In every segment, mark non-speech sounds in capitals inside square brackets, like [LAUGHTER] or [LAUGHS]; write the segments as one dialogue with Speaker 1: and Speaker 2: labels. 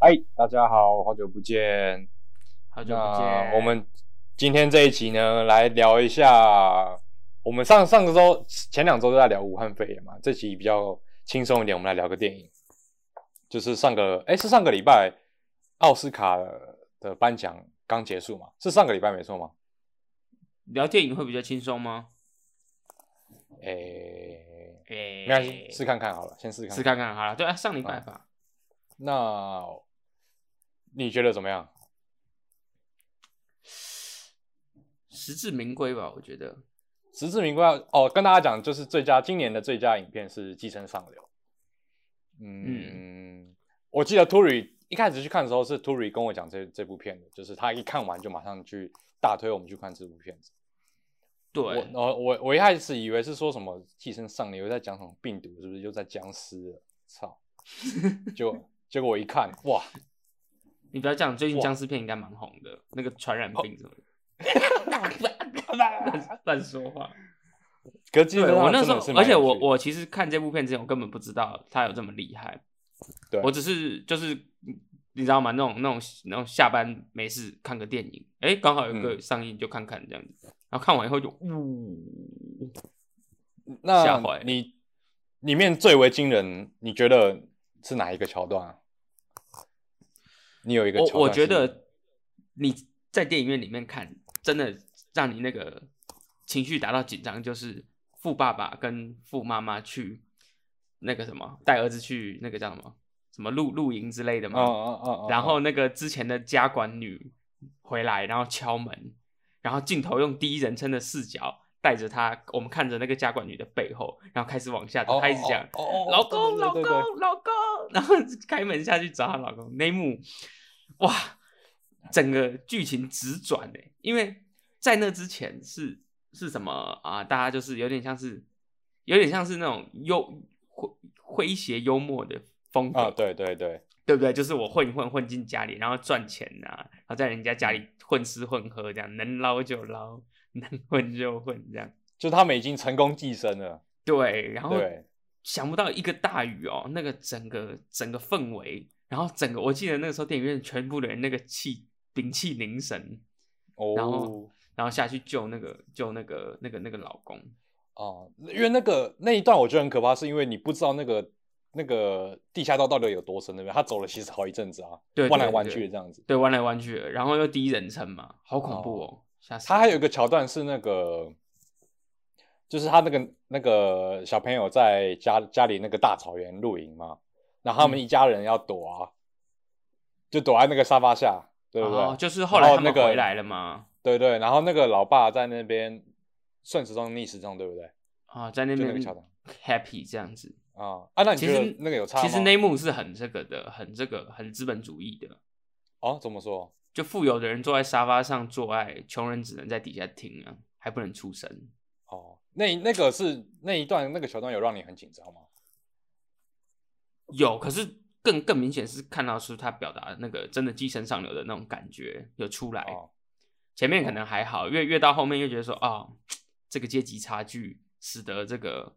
Speaker 1: 嗨，哎大家好，好久不见。
Speaker 2: 好
Speaker 1: 好
Speaker 2: 久不见。
Speaker 1: 我们今天这一集呢，来聊一下我们上上周、前两周都在聊武汉肺炎嘛，这集比较轻松一点，我们来聊个电影，就是上个哎是上个礼拜奥斯卡的颁奖刚结束嘛，是上个礼拜没错吗？
Speaker 2: 聊电影会比较轻松吗？
Speaker 1: 哎，没
Speaker 2: 诶
Speaker 1: 关系，试看看好了，先试看看
Speaker 2: 哎试看看好了。对啊，上礼拜吧，
Speaker 1: 那你觉得怎么样？
Speaker 2: 实至名归吧，我觉得。
Speaker 1: 实至名归啊哦，跟大家讲，就是最佳今年的最佳影片是《寄生上流》。嗯，我记得 Turi 一开始去看的时候是 Turi 跟我讲这这部片的，就是他一看完就马上去大推我们去看这部片子。我
Speaker 2: 对，
Speaker 1: 我哦我我一开始以为是说什么《寄生上流》在讲什么病毒，是不是又在僵尸了？
Speaker 2: [LAUGHS]
Speaker 1: 操！就结果我一看，哇，
Speaker 2: 你不要这样，最近
Speaker 1: 哇
Speaker 2: 僵尸片应该蛮红的，那个传染病什
Speaker 1: 哦
Speaker 2: 么的，乱说话。
Speaker 1: 隔寄生上
Speaker 2: 对
Speaker 1: 流
Speaker 2: 我那
Speaker 1: 真
Speaker 2: 时
Speaker 1: 的是
Speaker 2: 候，
Speaker 1: 蛮
Speaker 2: 而且
Speaker 1: 有
Speaker 2: 我
Speaker 1: 趣的
Speaker 2: 我其实看这部片之前，我根本不知道他有这么厉害。
Speaker 1: 对
Speaker 2: 我只是就是你知道吗？那种那种那种下班没事看个电影，哎、刚好有个
Speaker 1: 嗯
Speaker 2: 上映就看看这样子，然后看完以后就呜。吓
Speaker 1: 那
Speaker 2: 坏
Speaker 1: 你里面最为惊人，你觉得是哪一个桥段啊？你有一个桥段
Speaker 2: 我我觉
Speaker 1: 是
Speaker 2: 得你在电影院里面看，真的让你那个情绪达到紧张，就是富爸爸跟富妈妈去那个什么，带儿子去那个叫什么什么露露营之类的
Speaker 1: 嗯，
Speaker 2: 嘛。
Speaker 1: 嗯嗯嗯嗯，
Speaker 2: 然
Speaker 1: 嗯
Speaker 2: 后那个之前的家管女回来，然后敲门，然后镜头用第一人称的视角带着她，我们看着那个家管女的背后，然后开始往下走，
Speaker 1: 哦
Speaker 2: 她一直讲
Speaker 1: 哦哦哦
Speaker 2: 老公，
Speaker 1: 对
Speaker 2: 老
Speaker 1: 对
Speaker 2: 公
Speaker 1: 对对对，
Speaker 2: 老公， [LAUGHS] 然后开门下去找她老公那一幕，哇，整个剧情直转哎、因为在那之前是是什么啊？大家就是有点像是有点像是那种幽诙诙谐幽默的风格，
Speaker 1: 啊，对对对，
Speaker 2: 对不对？就是我混一混混进家里，然后赚钱啊，然后在人家家里混吃混喝，这样能捞就捞，能混就混，这样
Speaker 1: 就他们已经成功寄生了，
Speaker 2: 对。然后
Speaker 1: 对，
Speaker 2: 想不到一个大雨哦，那个整个整个氛围，然后整个我记得那个时候电影院全部的人那个气屏气凝神，然
Speaker 1: 哦
Speaker 2: 后然后下去救那个救那个那个那个老公，
Speaker 1: 哦，因为那个那一段我觉得很可怕，是因为你不知道那个那个地下道到底有多深，对不对？他走了其实好一阵子啊，
Speaker 2: 对
Speaker 1: 弯来
Speaker 2: 对
Speaker 1: 弯
Speaker 2: 对
Speaker 1: 去这样子。
Speaker 2: 对，弯来弯去的，然后又第一人称嘛，好恐怖哦，吓死
Speaker 1: 他
Speaker 2: 人！
Speaker 1: 还有一个桥段是那个，就是他那个那个小朋友在家家里那个大草原露营嘛，然后他们
Speaker 2: 嗯
Speaker 1: 一家人要躲啊，就躲在那个沙发下，对不对？
Speaker 2: 哦，就是后
Speaker 1: 然
Speaker 2: 来
Speaker 1: 后
Speaker 2: 他们
Speaker 1: 那个
Speaker 2: 回来了嘛，
Speaker 1: 对对，然后那个老爸在那边顺时钟逆时钟，对不对？
Speaker 2: 啊、在那
Speaker 1: 就那
Speaker 2: 边
Speaker 1: 个桥段
Speaker 2: happy 这样子。
Speaker 1: 啊、啊，那你
Speaker 2: 其
Speaker 1: 觉得
Speaker 2: 实
Speaker 1: 那个有差吗？
Speaker 2: 其实那一幕是很这个的，很这个，很资本主义的。
Speaker 1: 哦怎么说？
Speaker 2: 就富有的人坐在沙发上做爱，穷人只能在底下听啊，还不能出声。
Speaker 1: 哦，那那个是那一段那个桥段有让你很紧张吗？
Speaker 2: 有，可是更更明显是看到是他表达的那个真的寄生上流的那种感觉有出来。
Speaker 1: 哦
Speaker 2: 前面可能还好，越越到后面越觉得说，哦，这个阶级差距使得这个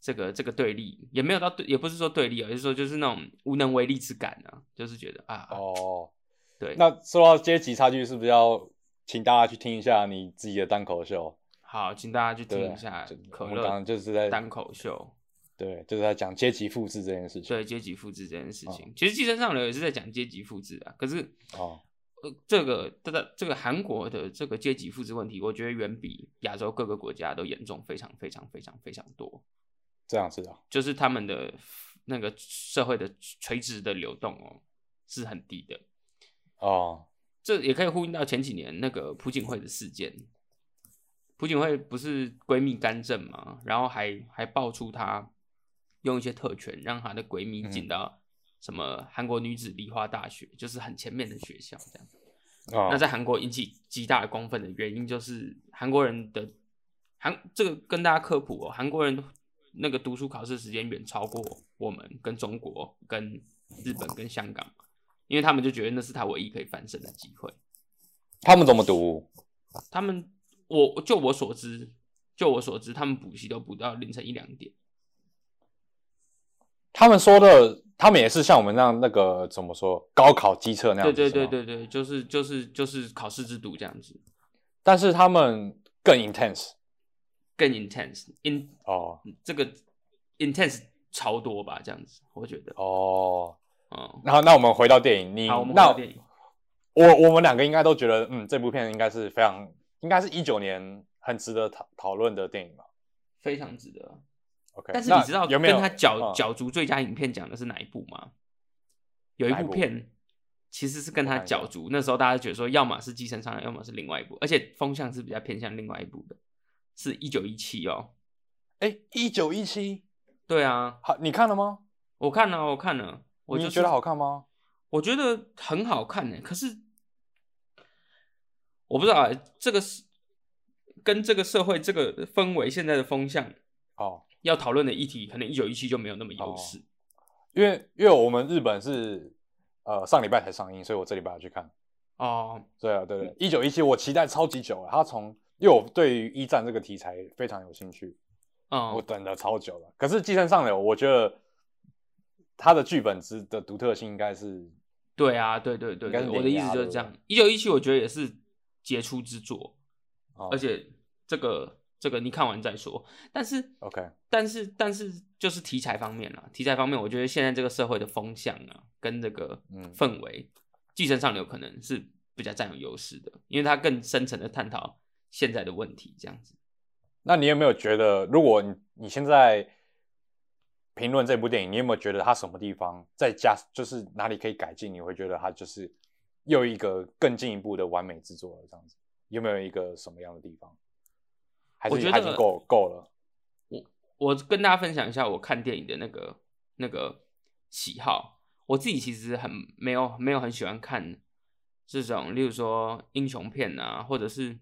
Speaker 2: 这个这个对立也没有到对，也不是说对立，而是说就是那种无能为力之感啊，就是觉得啊，
Speaker 1: 哦，
Speaker 2: 对，
Speaker 1: 那说到阶级差距，是不是要请大家去听一下你自己的单口秀？
Speaker 2: 好，请大家去
Speaker 1: 对不对啊
Speaker 2: 听一下
Speaker 1: 就
Speaker 2: 可
Speaker 1: 我们刚
Speaker 2: 乐
Speaker 1: 刚就是在
Speaker 2: 单口秀，
Speaker 1: 对，就是在讲阶级复制这件事情。
Speaker 2: 对阶级复制这件事情。其实《寄生上流》也是在讲阶级复制啊，可是
Speaker 1: 哦，
Speaker 2: 呃，这个这个这个韩国的这个阶级复制问题，我觉得远比亚洲各个国家都严重非常非常非常非常多，
Speaker 1: 这样子啊。
Speaker 2: 就是他们的那个社会的垂直的流动哦是很低的。
Speaker 1: 哦，
Speaker 2: 这也可以呼应到前几年那个朴槿惠的事件。朴槿惠不是闺蜜干政嘛，然后还还爆出她用一些特权让她的闺蜜进到什么韩国女子梨花大学，就是很前面的学校这样。
Speaker 1: 哦
Speaker 2: 那在韩国引起极大的公愤的原因，就是韩国人的韩这个跟大家科普哦，韩国人那个读书考试时间远超过我们跟中国、跟日本、跟香港，因为他们就觉得那是他唯一可以翻身的机会。
Speaker 1: 他们怎么读？
Speaker 2: 他们我就我所知，就我所知，他们补习都补到凌晨一两点。
Speaker 1: 他们说的，他们也是像我们那样那个怎么说高考机测那样
Speaker 2: 对
Speaker 1: 子，
Speaker 2: 对
Speaker 1: 是吗
Speaker 2: 对。对对，就是就是就是考试制度这样子，
Speaker 1: 但是他们更 intense
Speaker 2: 更 intense，in
Speaker 1: 哦
Speaker 2: 这个 intense 超多吧，这样子，我觉得，
Speaker 1: 哦。
Speaker 2: 嗯，
Speaker 1: 然后那我们回到电影，你
Speaker 2: 好，我们回
Speaker 1: 那
Speaker 2: 到电影，
Speaker 1: 我我们两个应该都觉得，嗯，这部片应该是非常，应该是一九年很值得讨讨论的电影吧。
Speaker 2: 非常值得。
Speaker 1: OK，
Speaker 2: 但是
Speaker 1: 那
Speaker 2: 你知道
Speaker 1: 有没有
Speaker 2: 跟他角
Speaker 1: 嗯
Speaker 2: 角逐最佳影片奖的是哪一部吗？有一
Speaker 1: 哪一
Speaker 2: 部
Speaker 1: 部
Speaker 2: 片其实是跟
Speaker 1: 我
Speaker 2: 他
Speaker 1: 看一下
Speaker 2: 角逐，那时候大家觉得说，要么是《寄生上流》，要么是另外一部，而且风向是比较偏向另外一部的，是一九一七哦。
Speaker 1: 哎，一九一七，
Speaker 2: 对啊，
Speaker 1: 好，你看了吗？
Speaker 2: 我看了，我看了，我就
Speaker 1: 你
Speaker 2: 是
Speaker 1: 觉得好看吗？
Speaker 2: 我觉得很好看呢、可是我不知道、欸、这个是跟这个社会这个氛围现在的风向
Speaker 1: 哦，
Speaker 2: 要讨论的议题，可能一九一七就没有那么
Speaker 1: 哦
Speaker 2: 优势。
Speaker 1: 因为因为我们日本是呃上礼拜才上映，所以我这礼拜要去看。
Speaker 2: 哦，
Speaker 1: 对啊，对对，一九一七我期待超级久了，他从因为我对于一战这个题材非常有兴趣，
Speaker 2: 嗯，
Speaker 1: 我等了超久了。可是《寄生上流》，我觉得它的剧本之的独特性应该是
Speaker 2: 对啊，对对对
Speaker 1: 应该
Speaker 2: 对，
Speaker 1: 是
Speaker 2: 我的
Speaker 1: 碾
Speaker 2: 意
Speaker 1: 压
Speaker 2: 思就是
Speaker 1: 的
Speaker 2: 这样。一九一七我觉得也是杰出之作，
Speaker 1: 哦
Speaker 2: 而且这个这个你看完再说。但是
Speaker 1: OK
Speaker 2: 但是但是就是题材方面啦，题材方面我觉得现在这个社会的风向啊，跟这个
Speaker 1: 嗯
Speaker 2: 氛围，寄生上流可能是比较占有优势的，因为它更深层的探讨现在的问题，这样子。
Speaker 1: 那你有没有觉得，如果你你现在评论这部电影，你有没有觉得它什么地方再加，就是哪里可以改进？你会觉得它就是又一个更进一步的完美制作了，这样子？有没有一个什么样的地方？还是
Speaker 2: 我觉
Speaker 1: 它已经
Speaker 2: 得
Speaker 1: 够够了？
Speaker 2: 我跟大家分享一下我看电影的那个那个喜好。我自己其实很没有没有很喜欢看这种，例如说英雄片啊，或者是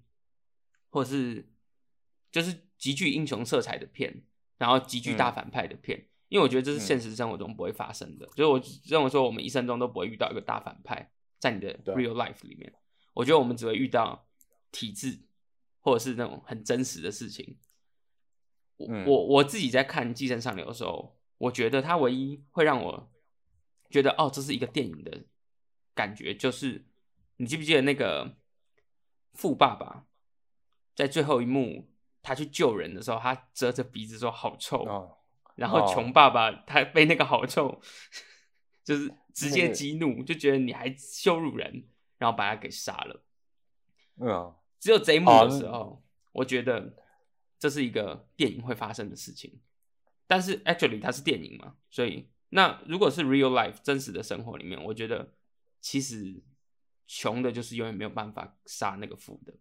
Speaker 2: 或者是就是极具英雄色彩的片，然后极具大
Speaker 1: 嗯
Speaker 2: 反派的片，因为我觉得这是现
Speaker 1: 嗯
Speaker 2: 实生活中不会发生的。就是我认为说，我们一生中都不会遇到一个大反派在你的
Speaker 1: 对
Speaker 2: real life 里面。我觉得我们只会遇到体制或者是那种很真实的事情。我、
Speaker 1: 嗯
Speaker 2: 我我自己在看《寄生上流》的时候，我觉得它唯一会让我觉得哦，这是一个电影的感觉，就是你记不记得那个富爸爸在最后一幕他去救人的时候，他遮着鼻子说好臭，
Speaker 1: 哦，
Speaker 2: 然后
Speaker 1: 哦
Speaker 2: 穷爸爸他被那个好臭， [LAUGHS] 就是直接
Speaker 1: 是
Speaker 2: 激怒，就觉得你还羞辱人，然后把他给杀了。
Speaker 1: 嗯，
Speaker 2: 只有这一幕
Speaker 1: 哦
Speaker 2: 的时候，我觉得这是一个电影会发生的事情。但是 actually 它是电影嘛，所以那如果是 real life 真实的生活里面，我觉得其实穷的就是永远没有办法杀那个富的，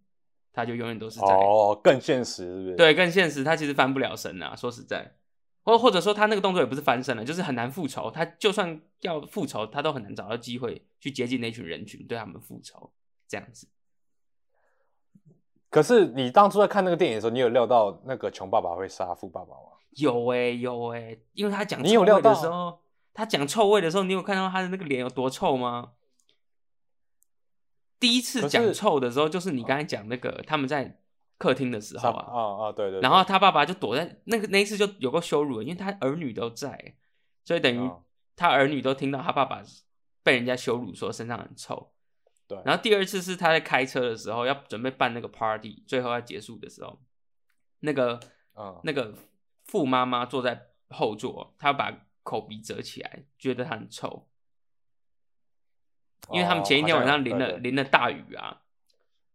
Speaker 2: 他就永远都是在、
Speaker 1: 哦，更现实是不是？，
Speaker 2: 对更现实，他其实翻不了身啊。说实在，或或者说他那个动作也不是翻身了、就是很难复仇。他就算要复仇，他都很难找到机会去接近那群人群，对他们复仇这样子。
Speaker 1: 可是你当初在看那个电影的时候，你有料到那个穷爸爸会杀富爸爸吗？
Speaker 2: 有哎、有哎、因为他讲
Speaker 1: 你
Speaker 2: 臭
Speaker 1: 有
Speaker 2: 味
Speaker 1: 料
Speaker 2: 的
Speaker 1: 到
Speaker 2: 时候，他讲臭味的时候，你有看到他的那个脸有多臭吗？第一次
Speaker 1: 可
Speaker 2: 讲
Speaker 1: 是哦
Speaker 2: 臭的时候，就是你刚才讲那个他们在客厅的时候
Speaker 1: 杀
Speaker 2: 啊，
Speaker 1: 啊啊，对对对。
Speaker 2: 然后他爸爸就躲在那个那一次就有个羞辱了，因为他儿女都在，所以等于
Speaker 1: 嗯
Speaker 2: 他儿女都听到他爸爸被人家羞辱说身上很臭。
Speaker 1: 对
Speaker 2: 然后第二次是他在开车的时候要准备办那个 party，最后要结束的时候，那个
Speaker 1: 嗯
Speaker 2: 那个富妈妈坐在后座，她把口鼻折起来，觉得她很臭，因为他们前一天晚上淋
Speaker 1: 哦好
Speaker 2: 了、
Speaker 1: 像有
Speaker 2: 淋了大雨啊。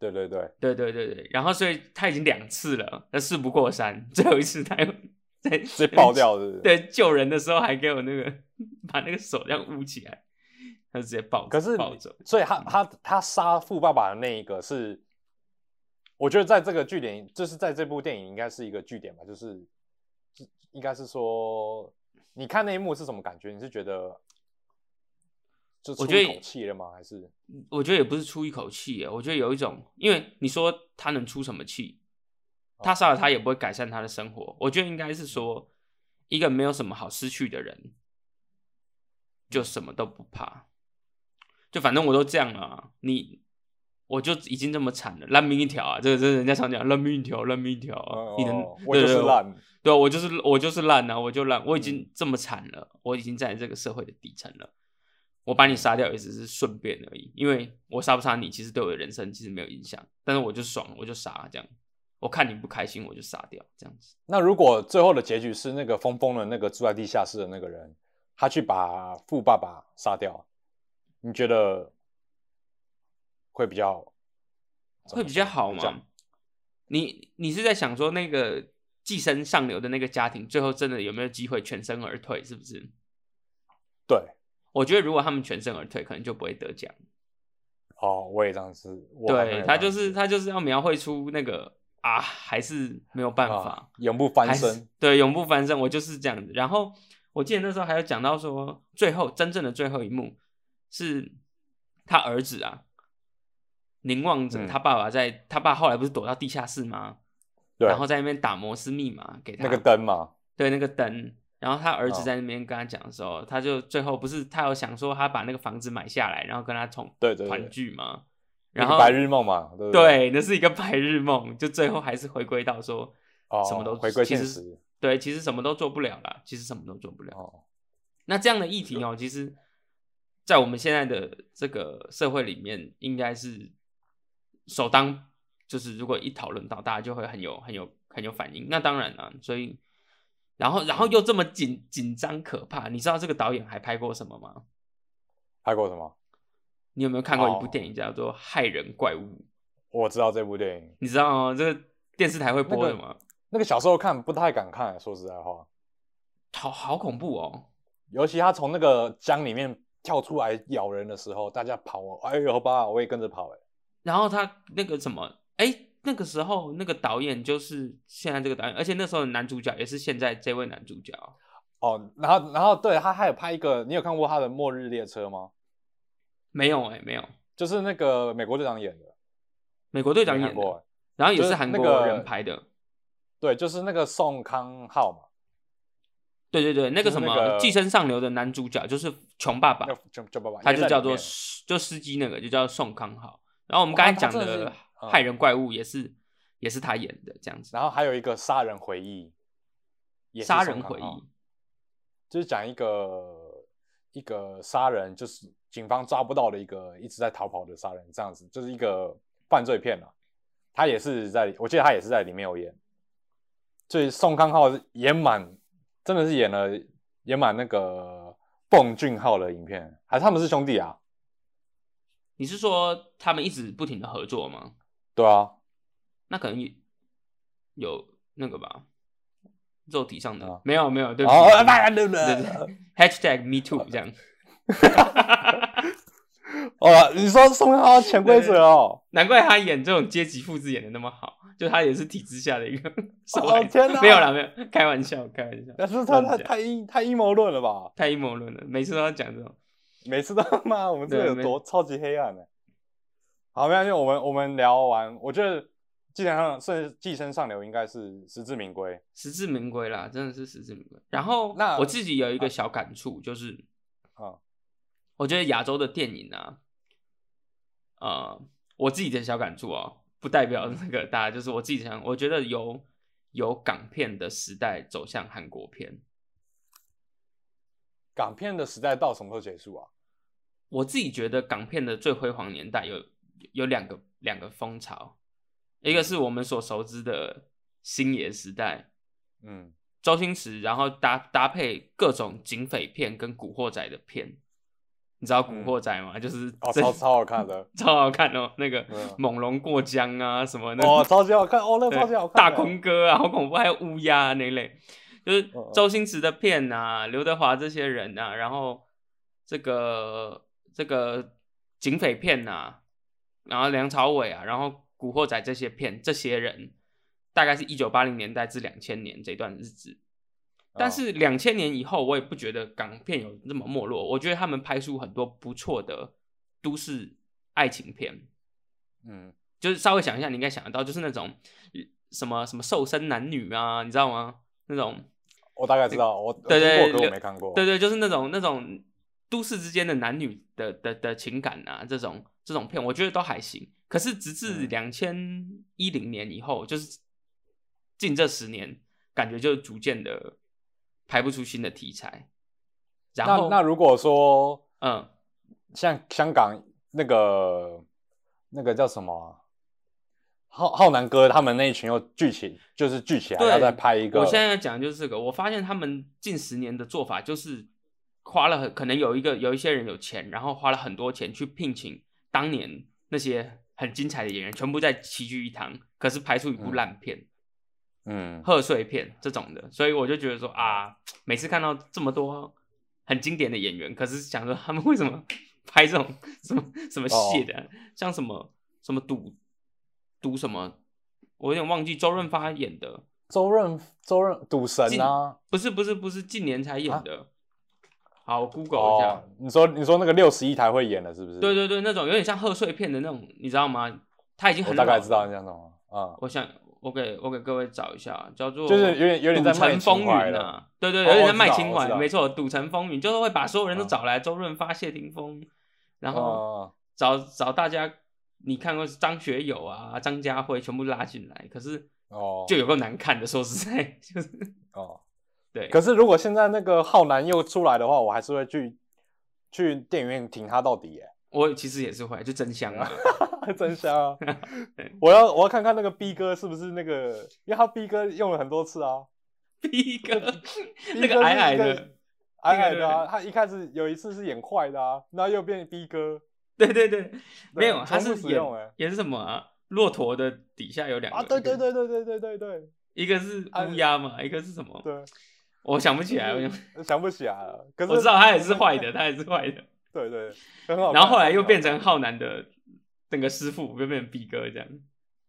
Speaker 1: 对对对对对
Speaker 2: 对对对对，然后所以他已经两次了，那事不过三，最后一次他又在
Speaker 1: [LAUGHS] 直接爆，掉是不是？
Speaker 2: [LAUGHS] 对救人的时候还给我那个 [LAUGHS] 把那个手这样捂起来，他就直接抱，
Speaker 1: 可是
Speaker 2: 抱嗯走，
Speaker 1: 所以他他他杀富爸爸的那一个是，我觉得在这个据点，就是在这部电影应该是一个据点吧，就是就应该是说，你看那一幕是什么感觉？你是觉得就出
Speaker 2: 我觉得
Speaker 1: 一口气了吗？还是
Speaker 2: 我觉得也不是出一口气耶，我觉得有一种，因为你说他能出什么气？他
Speaker 1: 哦
Speaker 2: 杀了他也不会改善他的生活。我觉得应该是说，一个没有什么好失去的人，就什么都不怕。就反正我都这样了啊、你我就已经这么惨了，烂命一条啊！这个这是人家常讲烂命一条，烂命一条啊、
Speaker 1: 哦
Speaker 2: 你能
Speaker 1: 我就是，
Speaker 2: 对对对
Speaker 1: 烂，
Speaker 2: 对啊我就是我就是烂啊，我就烂，我已经这么惨了，我已经在这个社会的底层了。我把你杀掉也只是顺便而已，因为我杀不杀你，其实对我的人生其实没有影响。但是我就爽了，我就杀这样。我看你不开心，我就杀掉这样子。
Speaker 1: 那如果最后的结局是那个疯疯的那个住在地下室的那个人，他去把富爸爸杀掉，你觉得会比较
Speaker 2: 会比较好？
Speaker 1: 怎么
Speaker 2: 吗
Speaker 1: 讲？
Speaker 2: 你你是在想说那个寄生上流的那个家庭，最后真的有没有机会全身而退？是不是？
Speaker 1: 对，
Speaker 2: 我觉得如果他们全身而退，可能就不会得奖。
Speaker 1: 哦，我也这样子。我还没
Speaker 2: 对
Speaker 1: 有
Speaker 2: 他
Speaker 1: 这
Speaker 2: 就
Speaker 1: 样
Speaker 2: 是
Speaker 1: 子
Speaker 2: 他就是要描绘出那个啊，还是没有办
Speaker 1: 啊
Speaker 2: 法，，
Speaker 1: 永不
Speaker 2: 还
Speaker 1: 翻
Speaker 2: 是
Speaker 1: 身。
Speaker 2: 对，永不翻身。我就是这样子。然后我记得那时候还有讲到说，最后真正的最后一幕是他儿子啊，凝望着
Speaker 1: 嗯
Speaker 2: 他爸爸在、他爸后来不是躲到地下室吗？
Speaker 1: 对，
Speaker 2: 然后在那边打摩斯密码给他
Speaker 1: 那个灯嘛，
Speaker 2: 对那个灯。然后他儿子
Speaker 1: 哦
Speaker 2: 在那边跟他讲的时候，他就最后不是他有想说他把那个房子买下来，然后跟他同
Speaker 1: 对对
Speaker 2: 团
Speaker 1: 对，
Speaker 2: 聚吗？
Speaker 1: 那
Speaker 2: 然
Speaker 1: 个
Speaker 2: 后
Speaker 1: 白日梦嘛，对不对？
Speaker 2: 对，那是一个白日梦，就最后还是回归到说，
Speaker 1: 哦，
Speaker 2: 什么都
Speaker 1: 回归
Speaker 2: 其
Speaker 1: 现
Speaker 2: 实
Speaker 1: 实。
Speaker 2: 对，其实什么都做不了啦，其实什么都做不了。
Speaker 1: 哦，
Speaker 2: 那这样的议题哦，其实，在我们现在的这个社会里面，应该是首当就是，如果一讨论到，大家就会很有很有很有反应。那当然啦、所以，然后然后又这么紧紧张可怕，你知道这个导演还拍过什么吗？
Speaker 1: 拍过什么？
Speaker 2: 你有没有看过一部
Speaker 1: 哦
Speaker 2: 电影叫做《害人怪物》？
Speaker 1: 我知道这部电影，
Speaker 2: 你知道哦，这个电视台会播
Speaker 1: 个
Speaker 2: 的吗？
Speaker 1: 那个小时候看不太敢看，欸说实在话，
Speaker 2: 好好恐怖哦！
Speaker 1: 尤其他从那个江里面跳出来咬人的时候，大家跑哦，哎呦吧，我也跟着跑哎。
Speaker 2: 然后他那个什么，哎，那个时候那个导演就是现在这个导演，而且那时候的男主角也是现在这位男主角。
Speaker 1: 哦，然后然后对他还有拍一个，你有看过他的《末日列车》吗？
Speaker 2: 没有哎、没有，
Speaker 1: 就是那个美国队长演的，
Speaker 2: 美国队长
Speaker 1: 没
Speaker 2: 演
Speaker 1: 看过
Speaker 2: 的，
Speaker 1: 哎。
Speaker 2: 然后也
Speaker 1: 就是是
Speaker 2: 韩
Speaker 1: 那
Speaker 2: 国
Speaker 1: 个
Speaker 2: 人拍的。
Speaker 1: 对，就是那个宋康昊嘛，
Speaker 2: 对对对，那
Speaker 1: 就
Speaker 2: 个
Speaker 1: 是
Speaker 2: 什
Speaker 1: 那
Speaker 2: 么
Speaker 1: 个
Speaker 2: 《寄生上流》的男主角就是穷爸爸
Speaker 1: 那，就就爸爸，
Speaker 2: 他
Speaker 1: 也
Speaker 2: 就
Speaker 1: 在
Speaker 2: 叫
Speaker 1: 里
Speaker 2: 做
Speaker 1: 面
Speaker 2: 司就司机那个就叫宋康昊。然后我们刚才
Speaker 1: 哇他
Speaker 2: 讲
Speaker 1: 真的
Speaker 2: 的
Speaker 1: 是
Speaker 2: 《
Speaker 1: 嗯
Speaker 2: 害人怪物》也是也是他演的这样子，
Speaker 1: 然后还有一个杀人回忆，也是
Speaker 2: 杀
Speaker 1: 宋
Speaker 2: 人
Speaker 1: 康
Speaker 2: 回
Speaker 1: 昊
Speaker 2: 忆，
Speaker 1: 就是讲一个一个杀人，就是警方抓不到的一个一直在逃跑的杀人，这样子就是一个犯罪片了、他也是在，我记得他也是在里面有演，所以宋康昊演满，真的是演了演满那个奉俊昊的影片，还是他们是兄弟啊？
Speaker 2: 你是说他们一直不停的合作吗？
Speaker 1: 对啊，
Speaker 2: 那可能有有那个吧，肉体上的、
Speaker 1: 啊
Speaker 2: 没有没有，对不起，
Speaker 1: 哦，哎对不
Speaker 2: 对 [LAUGHS]
Speaker 1: 对？ [LAUGHS]
Speaker 2: 对，#hashtag me too 这样，
Speaker 1: 哦，你说宋康昊潜规则哦？
Speaker 2: 难怪他演这种阶级复制演的那么好，就他也是体制下的一个 [LAUGHS] 受害
Speaker 1: 哦
Speaker 2: 者，
Speaker 1: 天哪，
Speaker 2: 没有啦，，没有，开玩笑，开玩笑，
Speaker 1: 但是他太
Speaker 2: 乱讲
Speaker 1: 太阴太阴谋论了吧？
Speaker 2: 太阴谋论了，每次都要讲这种，
Speaker 1: 每次都骂我们这
Speaker 2: 对
Speaker 1: 个有
Speaker 2: 没
Speaker 1: 多超级黑暗呢、好，没关系，我们我们聊完，我觉得寄生上甚寄生上流应该是实至名归。
Speaker 2: 实至名归啦，真的是实至名归。然后
Speaker 1: 那
Speaker 2: 我自己有一个小感触，就是
Speaker 1: 啊，
Speaker 2: 我觉得亚洲的电影啊，呃，我自己的小感触哦，不代表
Speaker 1: 嗯
Speaker 2: 那个大家，就是我自己想，我觉得由由港片的时代走向韩国片，
Speaker 1: 港片的时代到什么时候结束啊？
Speaker 2: 我自己觉得港片的最辉煌年代有有两个两个风潮，一个是我们所熟知的星爷时代，
Speaker 1: 嗯，
Speaker 2: 周星驰，然后搭搭配各种警匪片跟古惑仔的片，你知道古
Speaker 1: 嗯
Speaker 2: 惑仔吗？就是
Speaker 1: 哦，
Speaker 2: 真
Speaker 1: 超超好看
Speaker 2: [LAUGHS]
Speaker 1: 的，
Speaker 2: 超好看哦，那个
Speaker 1: 嗯
Speaker 2: 猛龙过江啊什么的，
Speaker 1: 哦，超级好看，哦，那个
Speaker 2: 对
Speaker 1: 超级好看
Speaker 2: 大
Speaker 1: 的，
Speaker 2: 空哥啊，好恐怖，还有乌鸦、啊、那一类，就是
Speaker 1: 嗯嗯
Speaker 2: 周星驰的片啊，刘德华这些人啊，然后这个这个警匪片啊，然后梁朝伟啊，然后古惑仔这些片，这些人大概是一九八零年代至两千年这段日子。但
Speaker 1: 哦
Speaker 2: 是两千年以后，我也不觉得港片有那么没落。我觉得他们拍出很多不错的都市爱情片，
Speaker 1: 嗯，
Speaker 2: 就是稍微想一下，你应该想得到，就是那种呃什么什么瘦身男女啊，你知道吗？那种
Speaker 1: 我大概知道，我
Speaker 2: 对对
Speaker 1: 我听过可
Speaker 2: 刘
Speaker 1: 我没看过，
Speaker 2: 对对，就是那种那种都市之间的男女的的的情感啊，这种这种片，我觉得都还行。可是直至
Speaker 1: 嗯
Speaker 2: 两千一零年以后，就是近这十年，感觉就逐渐的拍不出新的题材。然
Speaker 1: 那
Speaker 2: 后，
Speaker 1: 那如果说
Speaker 2: 嗯，
Speaker 1: 像香港那个那个叫什么啊、浩浩南哥他们那一群又聚起，就是聚起来
Speaker 2: 对
Speaker 1: 要再拍一个，
Speaker 2: 我现在要讲的就是这个，我发现他们近十年的做法就是花了很可能有一个有一些人有钱，然后花了很多钱去聘请当年那些很精彩的演员，全部在齐聚一堂，可是拍出一部
Speaker 1: 嗯
Speaker 2: 烂片、
Speaker 1: 嗯，
Speaker 2: 贺岁片这种的，所以我就觉得说啊，每次看到这么多很经典的演员，可是想说他们为什么 [LAUGHS] 拍这种什么什么
Speaker 1: 哦
Speaker 2: 戏的，像什么什么赌赌什么，我有点忘记周润发演的。
Speaker 1: 周润周润赌神
Speaker 2: 进
Speaker 1: 啊，
Speaker 2: 不是不是不是近年才演的。好我，Google 一下。
Speaker 1: 哦，你说你说那个六十一台会演了是不是？
Speaker 2: 对对对，那种有点像贺岁片的那种，你知道吗？他已经
Speaker 1: 我
Speaker 2: 很
Speaker 1: 大概
Speaker 2: 老
Speaker 1: 知道
Speaker 2: 了
Speaker 1: 你讲什么，嗯，
Speaker 2: 我想，我给我给各位找一下，叫做
Speaker 1: 就是有点有点在
Speaker 2: 赌
Speaker 1: 卖
Speaker 2: 城风
Speaker 1: 情
Speaker 2: 云
Speaker 1: 怀》了，
Speaker 2: 啊，对对，
Speaker 1: 哦
Speaker 2: 有点
Speaker 1: 我
Speaker 2: 在
Speaker 1: 知
Speaker 2: 卖
Speaker 1: 道
Speaker 2: 情
Speaker 1: 我知
Speaker 2: 怀，
Speaker 1: 道
Speaker 2: 没错，《赌城风云》就是会把所有人都
Speaker 1: 嗯
Speaker 2: 找来，周润发、谢霆锋，然后
Speaker 1: 嗯
Speaker 2: 找找大家，你看过张学友啊、张家辉全部拉进来，可是
Speaker 1: 哦
Speaker 2: 就有够难看的，说实在，就是
Speaker 1: 哦，
Speaker 2: 对，
Speaker 1: 可是如果现在那个浩南又出来的话，我还是会去去电影院挺他到底耶， [LAUGHS]
Speaker 2: 我其实也是会就真香啊。
Speaker 1: 真香
Speaker 2: [LAUGHS]
Speaker 1: 啊！我要我要看看那个 B 哥是不是那个，因为他 B 哥用了很多次啊，
Speaker 2: 第一个
Speaker 1: B
Speaker 2: 那
Speaker 1: 哥
Speaker 2: 个
Speaker 1: 是
Speaker 2: 矮矮
Speaker 1: 一个
Speaker 2: 的，
Speaker 1: 矮矮的啊，他一开始有一次是演坏的啊，然后又变 B 哥，
Speaker 2: 对对对，没有，他
Speaker 1: 重复
Speaker 2: 是
Speaker 1: 使
Speaker 2: 演
Speaker 1: 用哎
Speaker 2: 也是什么啊？骆驼的底下有两个
Speaker 1: 啊，对对，
Speaker 2: 一个
Speaker 1: 对对对对对对
Speaker 2: 一个是
Speaker 1: 啊
Speaker 2: 乌鸦嘛，一个是什么？
Speaker 1: 对，
Speaker 2: 我想不起来，我想
Speaker 1: 嗯想不起来了，可是
Speaker 2: 我知道他也是坏的，他也是坏的，
Speaker 1: 对对，很好看。
Speaker 2: 然后后来
Speaker 1: 很好
Speaker 2: 又
Speaker 1: 看
Speaker 2: 变成浩南的那个师傅，又变成 B 哥这样。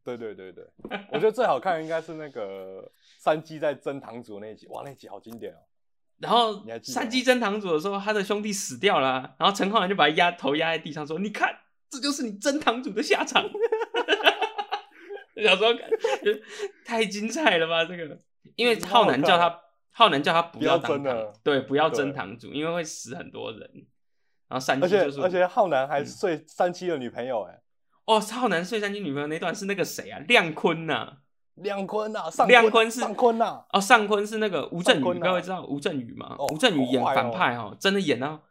Speaker 1: 对对对对，我觉得最好看应该是那个山鸡在蒸堂主那一集，哇，那一集好经典哦。
Speaker 2: 然后
Speaker 1: 你还记得
Speaker 2: 山鸡真堂主的时候，他的兄弟死掉了啊、然后陈浩南就把他压头压在地上，说：“你看，这就是你真堂主的
Speaker 1: [LAUGHS]
Speaker 2: 下场。”小时候看，就是太精彩了吧？这个，因为浩南叫
Speaker 1: 好啊
Speaker 2: 他，浩南叫他不要
Speaker 1: 不
Speaker 2: 当
Speaker 1: 要真
Speaker 2: 堂
Speaker 1: 的，
Speaker 2: 对，不要
Speaker 1: 对
Speaker 2: 真堂主，因为会死很多人。然后山
Speaker 1: 而
Speaker 2: 鸡
Speaker 1: 且
Speaker 2: 嗯就说：“
Speaker 1: 而且浩南还
Speaker 2: 嗯
Speaker 1: 睡三七的女朋友哎、
Speaker 2: 哦，浩南睡山鸡女朋友那段是那个谁啊？亮坤呐、
Speaker 1: 亮坤呐、啊，上
Speaker 2: 亮坤是
Speaker 1: 上坤呐、啊，
Speaker 2: 哦，上坤是那个吴
Speaker 1: 上
Speaker 2: 镇宇，
Speaker 1: 坤啊
Speaker 2: 各位知道吴镇宇吗？
Speaker 1: 哦
Speaker 2: 吴镇宇演
Speaker 1: 好坏哦
Speaker 2: 反派哦，真的演到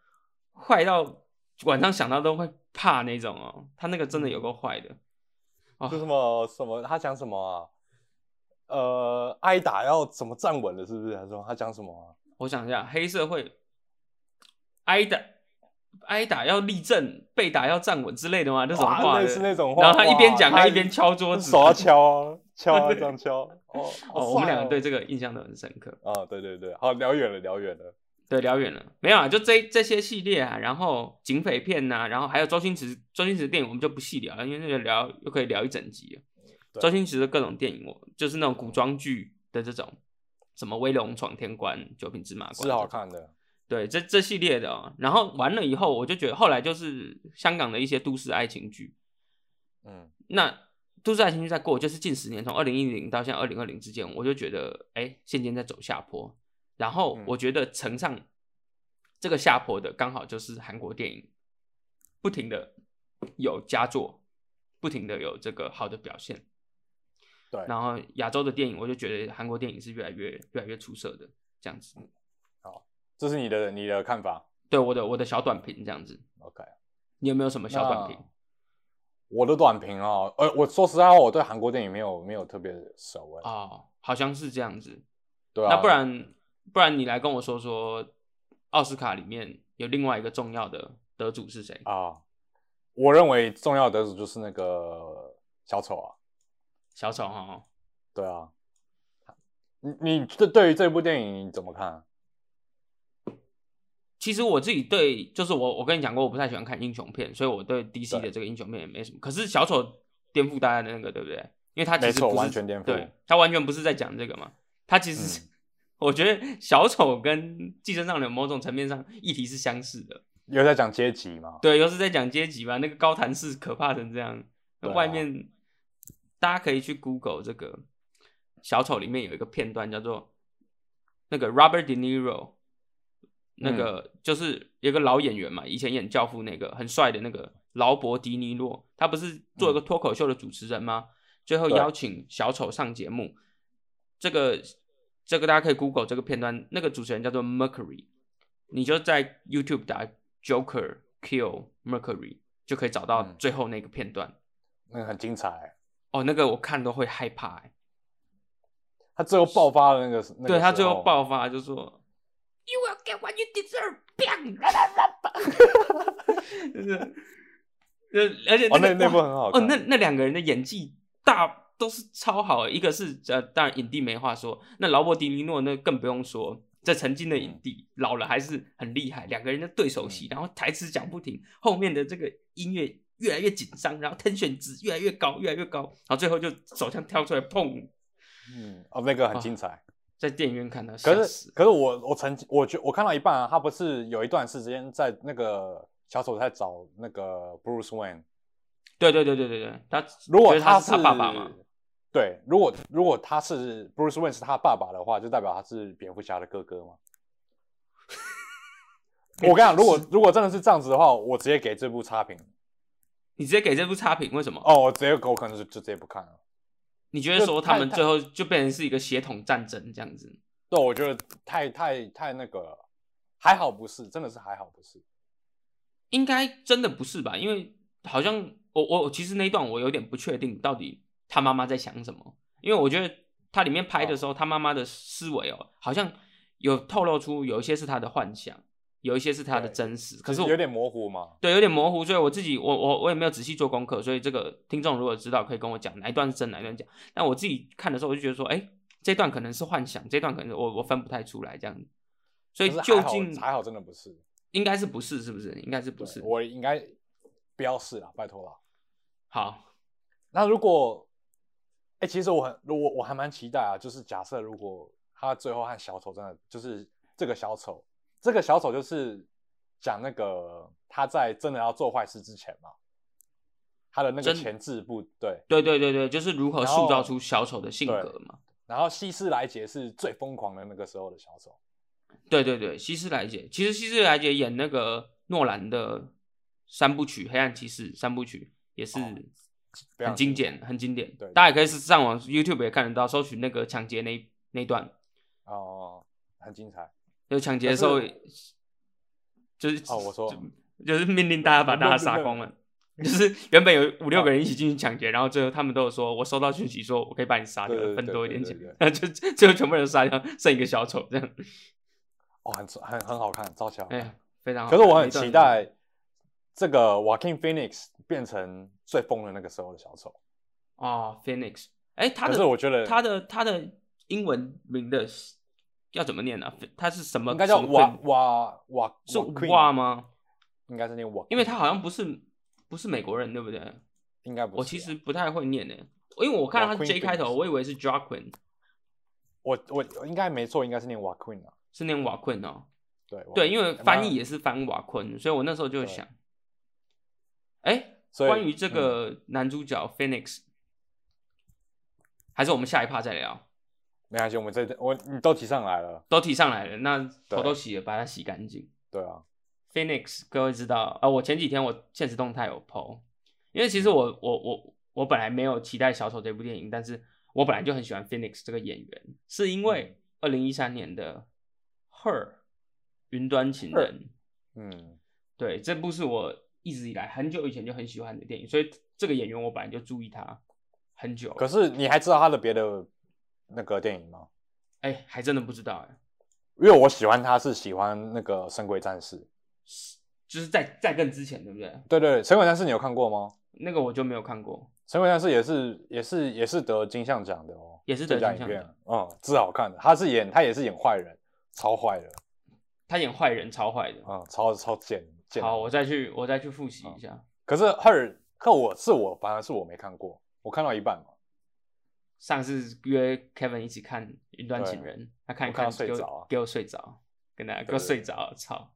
Speaker 2: 坏到晚上想到都会怕那种哦。他那个真的有够坏的，
Speaker 1: 就什么什么，他讲什么啊？呃，挨打要怎么站稳了，是不是？他说他讲什么、啊？
Speaker 2: 我想一下，黑社会挨打挨打要立正，被打要站稳之类的吗？这种
Speaker 1: 哇
Speaker 2: 话
Speaker 1: 类
Speaker 2: 的
Speaker 1: 似那种话，
Speaker 2: 然后他一边讲，
Speaker 1: 哇
Speaker 2: 他一边敲桌子，
Speaker 1: 手要敲
Speaker 2: [LAUGHS]
Speaker 1: 啊敲啊
Speaker 2: 对
Speaker 1: 这样敲。哦，好
Speaker 2: 哦，我们
Speaker 1: 帅
Speaker 2: 两个
Speaker 1: 哦
Speaker 2: 对这个印象都很深刻。
Speaker 1: 啊，对对对，好聊远了聊远了，
Speaker 2: 对，聊远了，没有啊，就这这些系列啊，然后警匪片呐、然后还有周星驰，周星驰的电影我们就不细聊了，因为那个聊又可以聊一整集了。
Speaker 1: 对
Speaker 2: 周星驰的各种电影，我就是那种古装剧的这种，什么《威龙闯天关》《九品芝麻官》，
Speaker 1: 是好。看的。
Speaker 2: 对，这这系列的、哦，然后完了以后，我就觉得后来就是香港的一些都市爱情剧，
Speaker 1: 嗯，
Speaker 2: 那都市爱情剧在过，就是近十年，从二零一零到现在二零二零之间，我就觉得，哎，现今在走下坡。然后
Speaker 1: 嗯
Speaker 2: 我觉得乘上这个下坡的，刚好就是韩国电影，不停的有佳作，不停的有这个好的表现。
Speaker 1: 对。
Speaker 2: 然后亚洲的电影，我就觉得韩国电影是越来越越来越出色的这样子。
Speaker 1: 这是你的你的看法
Speaker 2: 对我的我的小短评这样子，
Speaker 1: ，OK。
Speaker 2: 你有没有什么小短评？
Speaker 1: 我的短评哦，呃，我说实在话，我对韩国电影没有没有特别熟哎、
Speaker 2: 哦，好像是这样子。
Speaker 1: 对啊，
Speaker 2: 那不然不然你来跟我说说，奥斯卡里面有另外一个重要的得主是谁？
Speaker 1: 啊，我认为重要的得主就是那个小丑啊，
Speaker 2: 小丑哈，
Speaker 1: 对啊。你你对对于这部电影你怎么看？
Speaker 2: 其实我自己对，就是我我跟你讲过，我不太喜欢看英雄片，所以我对 DC
Speaker 1: 对
Speaker 2: 的这个英雄片也没什么。可是小丑颠覆大家的那个，对不对？因为他其
Speaker 1: 没
Speaker 2: 实
Speaker 1: 错
Speaker 2: 不是
Speaker 1: 完全颠覆嗯
Speaker 2: 对他完全不是在讲这个嘛。他其实是、我觉得小丑跟寄生上流某种层面上议题是相似的，
Speaker 1: 有在讲阶级吗？
Speaker 2: 对，又是在讲阶级吧？那个高谭市可怕成这样，那
Speaker 1: 对啊
Speaker 2: 外面、大家可以去 Google 这个小丑里面有一个片段叫做那个 Robert De Niro，那个就是有个老演员嘛，以前演教父那个很帅的那个劳勃·迪尼洛，他不是做一个脱口秀的主持人吗？最后
Speaker 1: 嗯对
Speaker 2: 邀请小丑上节目，这个这个大家可以 Google 这个片段，那个主持人叫做 Mercury，你就在 YouTube 打 Joker Kill Mercury 就可以找到
Speaker 1: 嗯
Speaker 2: 最后那个片段。
Speaker 1: 那个很精彩欸。
Speaker 2: 哦，那个我看都会害怕、欸。
Speaker 1: 他最后爆发的那个，那个
Speaker 2: 对他
Speaker 1: 时
Speaker 2: 最后
Speaker 1: 候
Speaker 2: 爆发就说：“You will get what you deserve。” [LAUGHS] 就是，呃，而且
Speaker 1: 哦，
Speaker 2: 个
Speaker 1: 那那部
Speaker 2: 哇
Speaker 1: 很好
Speaker 2: 哦
Speaker 1: 看，，
Speaker 2: 那那两个人的演技大都是超好的，一个是呃，当然影帝没话说，那劳勃迪尼诺那更不用说，这曾经的
Speaker 1: 嗯
Speaker 2: 影帝、老了还是很厉害，两个人的对手戏，然后台词讲不停，后面的这个音乐越来越紧张，然后 tension 值越来越高，越来越高，然后最后就手枪跳出来，砰，
Speaker 1: 嗯，哦，那个很精彩。
Speaker 2: 在电影院看到，吓
Speaker 1: 可是
Speaker 2: 死。
Speaker 1: 可是我我曾经我觉我看到一半啊，他不是有一段时间在那个小丑在找那个 Bruce Wayne，
Speaker 2: 对对对对对对，他
Speaker 1: 如
Speaker 2: 觉
Speaker 1: 果
Speaker 2: 得他
Speaker 1: 是
Speaker 2: 他爸爸嘛，
Speaker 1: 对，如果如果他是 Bruce Wayne 是他爸爸的话，就代表他是蝙蝠侠的哥哥
Speaker 2: [LAUGHS]
Speaker 1: 嘛。我跟你讲，如果如果真的是这样子的话，我直接给这部差评
Speaker 2: 你直接给这部差评，为什么？
Speaker 1: 哦，我直接我可能就就直接不看了。
Speaker 2: 你觉得
Speaker 1: 就
Speaker 2: 说他
Speaker 1: 太
Speaker 2: 们
Speaker 1: 太
Speaker 2: 最后就变成是一个血统战争这样子？
Speaker 1: 对，我觉得太太太那个了，还好不是，真的是还好不是。
Speaker 2: 应该真的不是吧？因为好像我我我其实那一段我有点不确定到底他妈妈在想什么，因为我觉得他里面拍的
Speaker 1: 哦
Speaker 2: 时候，他妈妈的思维哦，好像有透露出有一些是他的幻想，有一些是他的
Speaker 1: 对
Speaker 2: 真实，可
Speaker 1: 就是
Speaker 2: 我
Speaker 1: 有点模糊嘛。
Speaker 2: 对，有点模糊，所以我自己我我我也没有仔细做功课，所以这个听众如果知道，可以跟我讲哪一段是真，哪一段假。但我自己看的时候，我就觉得说，哎、这段可能是幻想，这段可能我我分不太出来这样子。所以
Speaker 1: 可是
Speaker 2: 究
Speaker 1: 还好
Speaker 2: 竟
Speaker 1: 还好，真的不是，
Speaker 2: 应该是不是是不是？应该是不
Speaker 1: 对
Speaker 2: 是？
Speaker 1: 我应该不要试了，拜托了。
Speaker 2: 好，
Speaker 1: 那如果，哎、其实我很我我还蛮期待啊，就是假设如果他最后和小丑真的就是这个小丑，这个小丑就是讲那个他在真的要做坏事之前嘛，他的那个
Speaker 2: 真
Speaker 1: 前置部对，
Speaker 2: 对对对对，就是如何
Speaker 1: 然
Speaker 2: 塑造
Speaker 1: 后
Speaker 2: 出小丑的性
Speaker 1: 对
Speaker 2: 格嘛。
Speaker 1: 然后希斯莱杰是最疯狂的那个时候的小丑，
Speaker 2: 对对对，希斯莱杰，其实希斯莱杰演那个诺兰的三部曲《黑暗骑士》三部曲也是
Speaker 1: 哦非
Speaker 2: 很
Speaker 1: 常
Speaker 2: 经典，很经典。
Speaker 1: 对
Speaker 2: 大家也可以是上网 YouTube 也看得到，搜取那个抢劫那一那一段，
Speaker 1: 哦，很精彩。
Speaker 2: 就是抢劫的时候
Speaker 1: 可是，
Speaker 2: 就是
Speaker 1: 哦我说
Speaker 2: 就就是命令大家把大家杀
Speaker 1: [LAUGHS]
Speaker 2: 光了。就是原本有五六个人一起进去抢劫，然后最后他们都有说，我收到讯息说我可以把你杀掉，
Speaker 1: 对对对
Speaker 2: 分多一点
Speaker 1: 对
Speaker 2: 钱
Speaker 1: 对对，
Speaker 2: 然后 [LAUGHS] 就最后全部人杀掉，剩一个小丑这样。
Speaker 1: 哦，很很很好看，超强。
Speaker 2: 哎呀，非常好
Speaker 1: 可
Speaker 2: 看。
Speaker 1: 是我很
Speaker 2: 那段
Speaker 1: 期待这个 Joaquin Phoenix 变成最疯的那个时候的小丑。
Speaker 2: 哦，Phoenix。哎，他
Speaker 1: 可
Speaker 2: 的
Speaker 1: 是我觉得
Speaker 2: 他的他的英文名的要怎么念呢、啊？他是什么？
Speaker 1: 应该叫
Speaker 2: 什么
Speaker 1: 瓦
Speaker 2: Queen？
Speaker 1: 瓦瓦
Speaker 2: 是哇
Speaker 1: 瓦？
Speaker 2: 吗？
Speaker 1: 啊应该是念啊瓦，
Speaker 2: 因为他好像不是不是美国人，对不对？
Speaker 1: 应该不是啊。
Speaker 2: 我其实不太会念呢，欸因为我看到他
Speaker 1: Joaquin
Speaker 2: J 开头，
Speaker 1: Phoenix
Speaker 2: 我以为是 Joaquin，
Speaker 1: 我我我应该没错，应该是念瓦 Queen 啊。
Speaker 2: 是念瓦昆哦。
Speaker 1: 对
Speaker 2: 对，因为翻译，
Speaker 1: 瓦 Queen
Speaker 2: 也是翻瓦昆，所以我那时候就
Speaker 1: 对嗯
Speaker 2: 想，哎，
Speaker 1: 所以
Speaker 2: 关于这个男主角 Phoenix，、还是我们下一趴再聊。
Speaker 1: 没关系，我们这我你都提上来了，
Speaker 2: 都提上来了，那头
Speaker 1: 对
Speaker 2: 都洗了，把它洗干净。
Speaker 1: 对啊，
Speaker 2: Phoenix，各位知道啊、我前几天我现实动态有 PO，因为其
Speaker 1: 嗯
Speaker 2: 实我我我我本来没有期待《小丑》这部电影，但是我本来就很喜欢 Phoenix 这个演员，是
Speaker 1: 嗯
Speaker 2: 因为二零一三年的《Her》云端情人，
Speaker 1: 嗯，
Speaker 2: 对，这部是我一直以来很久以前就很喜欢的电影，所以这个演员我本来就注意他很久。
Speaker 1: 可是你还知道他的别的那个电影吗？
Speaker 2: 哎、还真的不知道哎、
Speaker 1: 因为我喜欢他是喜欢那个《神鬼战士》，
Speaker 2: 就是在在更之前，对不对？
Speaker 1: 对对对，《神鬼战士》你有看过吗？
Speaker 2: 那个我就没有看过，
Speaker 1: 《神鬼战士》也是也是也是得金像奖的哦，
Speaker 2: 也是得
Speaker 1: 最佳
Speaker 2: 金像
Speaker 1: 影片
Speaker 2: 奖，
Speaker 1: 嗯，是好看的。他是演他也是演坏人，超坏的，
Speaker 2: 他演坏人超坏的。
Speaker 1: 嗯，超超贱贱。
Speaker 2: 好，我再去我再去复习一下。
Speaker 1: 可是 Her 可我是我反而是我没看过，我看到一半嘛，
Speaker 2: 上次约 Kevin 一起看《云端情人》，他看一
Speaker 1: 我看到
Speaker 2: 给
Speaker 1: 睡
Speaker 2: 我
Speaker 1: 着啊
Speaker 2: 给我睡着，跟大家给我
Speaker 1: 对
Speaker 2: 睡着，操！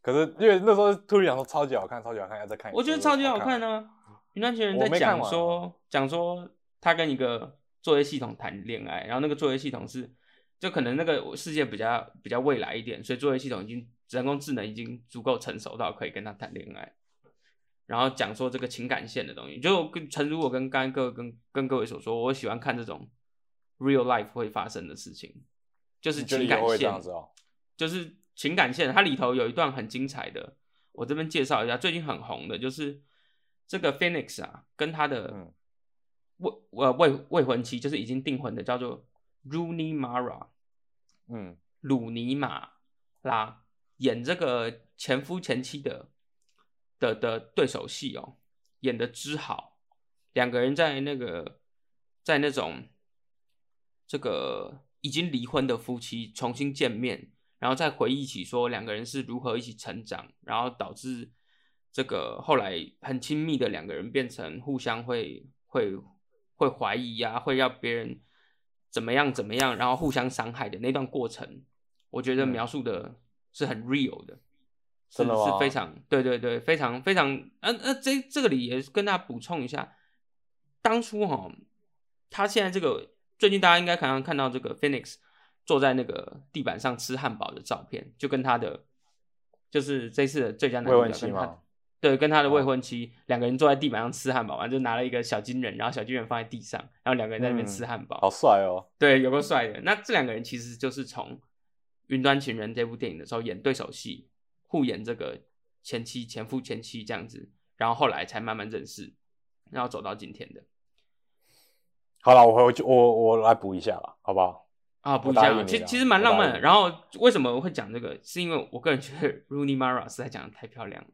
Speaker 1: 可是因为那时候突然想说超级好看，超级好看，要再看一次。
Speaker 2: 我觉得超级好看
Speaker 1: 啊！
Speaker 2: 啊，《云端情人》
Speaker 1: 我
Speaker 2: 在
Speaker 1: 没看
Speaker 2: 讲
Speaker 1: 完啊
Speaker 2: 说讲说他跟一个作业系统谈恋爱，然后那个作业系统是就可能那个世界比较比较未来一点，所以作业系统已经人工智能已经足够成熟到可以跟他谈恋爱。然后讲说这个情感线的东西。就跟诚如我跟刚刚各位跟跟各位所说，我喜欢看这种 real life 会发生的事情，就是
Speaker 1: 你觉得
Speaker 2: 情
Speaker 1: 以
Speaker 2: 感
Speaker 1: 后会这
Speaker 2: 线，
Speaker 1: 样子哦？
Speaker 2: 就是情感线，它里头有一段很精彩的，我这边介绍一下，最近很红的就是这个 Phoenix 啊，跟他的
Speaker 1: 嗯
Speaker 2: 未呃未未婚妻，就是已经订婚的，叫做 Rooney Mara
Speaker 1: 嗯，
Speaker 2: 鲁尼马拉演这个前夫前妻的的的对手戏哦，演的之好，两个人在那个在那种这个已经离婚的夫妻重新见面，然后再回忆起说两个人是如何一起成长，然后导致这个后来很亲密的两个人变成互相会会会怀疑呀、会让别人怎么样怎么样，然后互相伤害的那段过程，我觉得
Speaker 1: 嗯
Speaker 2: 描述的是很 real 的。是
Speaker 1: 真的吗
Speaker 2: 是非常对对对，非常非常，嗯、呃、这这个里也跟大家补充一下，当初哈，他现在这个最近大家应该常常看到这个 Phoenix 坐在那个地板上吃汉堡的照片，就跟他的就是这次的最佳
Speaker 1: 未
Speaker 2: 男主
Speaker 1: 婚
Speaker 2: 角
Speaker 1: 妻
Speaker 2: 跟他
Speaker 1: 吗？
Speaker 2: 对跟他的未
Speaker 1: 哦
Speaker 2: 婚妻两、个人坐在地板上吃汉堡，完就拿了一个小金人，然后小金人放在地上，然后两个人在那边
Speaker 1: 嗯
Speaker 2: 吃汉堡，
Speaker 1: 好帅哦！
Speaker 2: 对，有够帅的。那这两个人其实就是从《云端情人》这部电影的时候演对手戏，互演这个前妻、前夫、前妻这样子，然后后来才慢慢认识，然后走到今天的。
Speaker 1: 好了，我回去我我来补一下了，好不好？
Speaker 2: 啊，不
Speaker 1: 我
Speaker 2: 一
Speaker 1: 答
Speaker 2: 样啊，
Speaker 1: 应你
Speaker 2: 其
Speaker 1: 了
Speaker 2: 其实蛮
Speaker 1: 我
Speaker 2: 浪
Speaker 1: 答
Speaker 2: 漫
Speaker 1: 应
Speaker 2: 的。
Speaker 1: 你
Speaker 2: 然后为什么我会讲这个？是因为我个人觉得 Rooney Mara 实在讲的太漂亮了，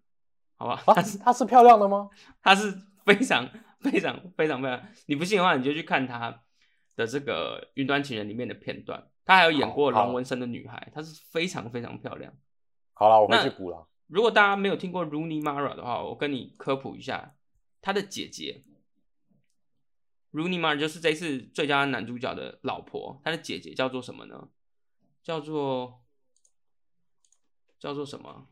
Speaker 2: 好吧？
Speaker 1: 啊
Speaker 2: 她是，
Speaker 1: 她是漂亮的吗？
Speaker 2: 她是非常非常非常非常，你不信的话，你就去看她的这个《云端情人》里面的片段。她还有演
Speaker 1: 好
Speaker 2: 过
Speaker 1: 好
Speaker 2: 龙纹身的女孩，她是非常非常漂亮。
Speaker 1: 好了，我回
Speaker 2: 那
Speaker 1: 去补了。
Speaker 2: 如果大家没有听过 Rooney Mara 的话，我跟你科普一下，她的姐姐 Rooney Mara 就是这次最佳男主角的老婆，她的姐姐叫做什么呢？叫做叫做什么？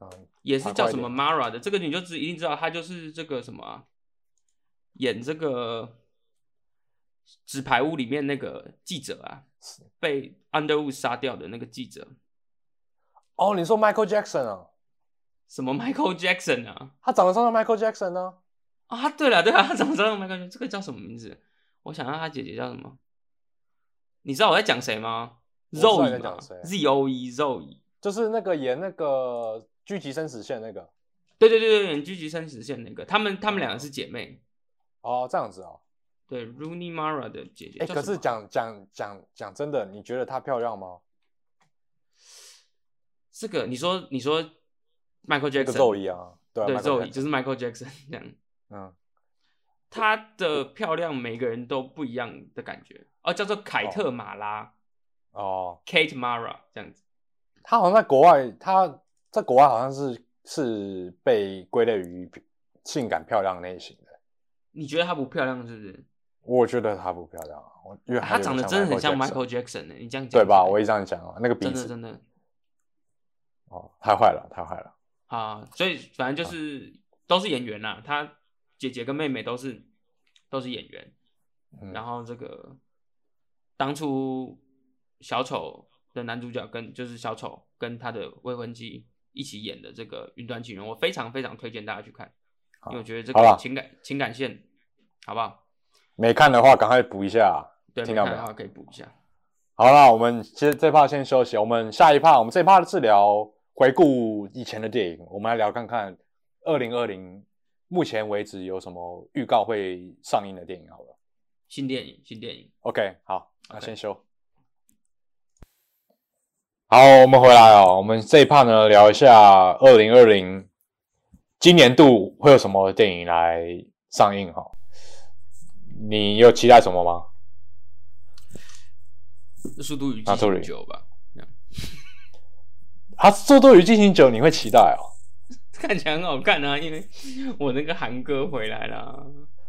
Speaker 1: 嗯，
Speaker 2: 也是叫什么
Speaker 1: 快
Speaker 2: Mara 的，这个你就知一定知道，她就是这个什么啊、演这个《纸牌屋》里面那个记者啊，被 Underwood 杀掉的那个记者，
Speaker 1: 哦，你说 Michael Jackson 啊？
Speaker 2: 什么 Michael Jackson 啊？
Speaker 1: 他长得像 Michael Jackson 呢、
Speaker 2: 啊，对了对了，他怎么知道麦克？这个叫什么名字？我想让他姐姐叫什么？你知道我在讲谁吗
Speaker 1: 我知道你
Speaker 2: ？Zoe
Speaker 1: 在
Speaker 2: 嘛
Speaker 1: 讲谁
Speaker 2: ，Z O E Zoe。
Speaker 1: 就是那个演那个《狙击生死线》那个。
Speaker 2: 对对对对，演狙击生死线那个，他们他们两个是姐妹。
Speaker 1: 哦，这样子哦。
Speaker 2: 对，Rooney Mara 的姐姐。
Speaker 1: 哎、
Speaker 2: 叫
Speaker 1: 可
Speaker 2: 什
Speaker 1: 是
Speaker 2: 么
Speaker 1: 讲讲讲讲真的，你觉得她漂亮吗？
Speaker 2: 这个，你说你说
Speaker 1: 那
Speaker 2: Michael Jackson，
Speaker 1: 个肉里啊，对啊
Speaker 2: 对
Speaker 1: Michael
Speaker 2: Zoe
Speaker 1: Jackson
Speaker 2: 就是 Michael Jackson 这样。
Speaker 1: 嗯，
Speaker 2: 她的漂亮，每个人都不一样的感觉。哦，叫做凯特马拉、
Speaker 1: 哦，
Speaker 2: Kate Mara 这样子。
Speaker 1: 她好像在国外，她在国外好像是是被归类于性感漂亮类型的。
Speaker 2: 你觉得她不漂亮是不是？
Speaker 1: 我觉得她不漂亮啊，我因为
Speaker 2: 他长得真的很像 Michael
Speaker 1: Jackson，
Speaker 2: Jackson 呢、你这样讲
Speaker 1: 对吧？
Speaker 2: 起来
Speaker 1: 我也这样讲啊，那个鼻
Speaker 2: 真的
Speaker 1: 子
Speaker 2: 真的
Speaker 1: 哦，太坏了，太坏了。
Speaker 2: 啊，所以反正就是、都是演员啦，他姐姐跟妹妹都是都是演员，
Speaker 1: 嗯
Speaker 2: 然后这个当初小丑的男主角跟就是小丑跟他的未婚妻一起演的这个《云端情人》，我非常非常推荐大家去看，因为我觉得这
Speaker 1: 好
Speaker 2: 个
Speaker 1: 啦
Speaker 2: 情感情感线好不好？
Speaker 1: 没看的话，赶快补一下。啊
Speaker 2: 对，
Speaker 1: 听
Speaker 2: 没
Speaker 1: 到
Speaker 2: 看
Speaker 1: 没
Speaker 2: 的
Speaker 1: 有
Speaker 2: 话可以补一下。
Speaker 1: 好啦，我们其实这趴先休息，我们下一趴，我们这一趴是聊回顾以前的电影，我们来聊看看二零二零目前为止有什么预告会上映的电影好了。
Speaker 2: 新电影，新电影，
Speaker 1: OK，好，那
Speaker 2: OK
Speaker 1: 先休。好，我们回来哦，我们这一趴呢聊一下二零二零今年度会有什么电影来上映哈、哦？你有期待什么吗？
Speaker 2: 《速度与激
Speaker 1: 啊
Speaker 2: 情
Speaker 1: ，sorry
Speaker 2: 九》吧。
Speaker 1: 啊，《速度与激情九》你会期待哦？
Speaker 2: [LAUGHS] 看起来很好看啊，因为我那个韩哥回来
Speaker 1: [LAUGHS]
Speaker 2: 啦，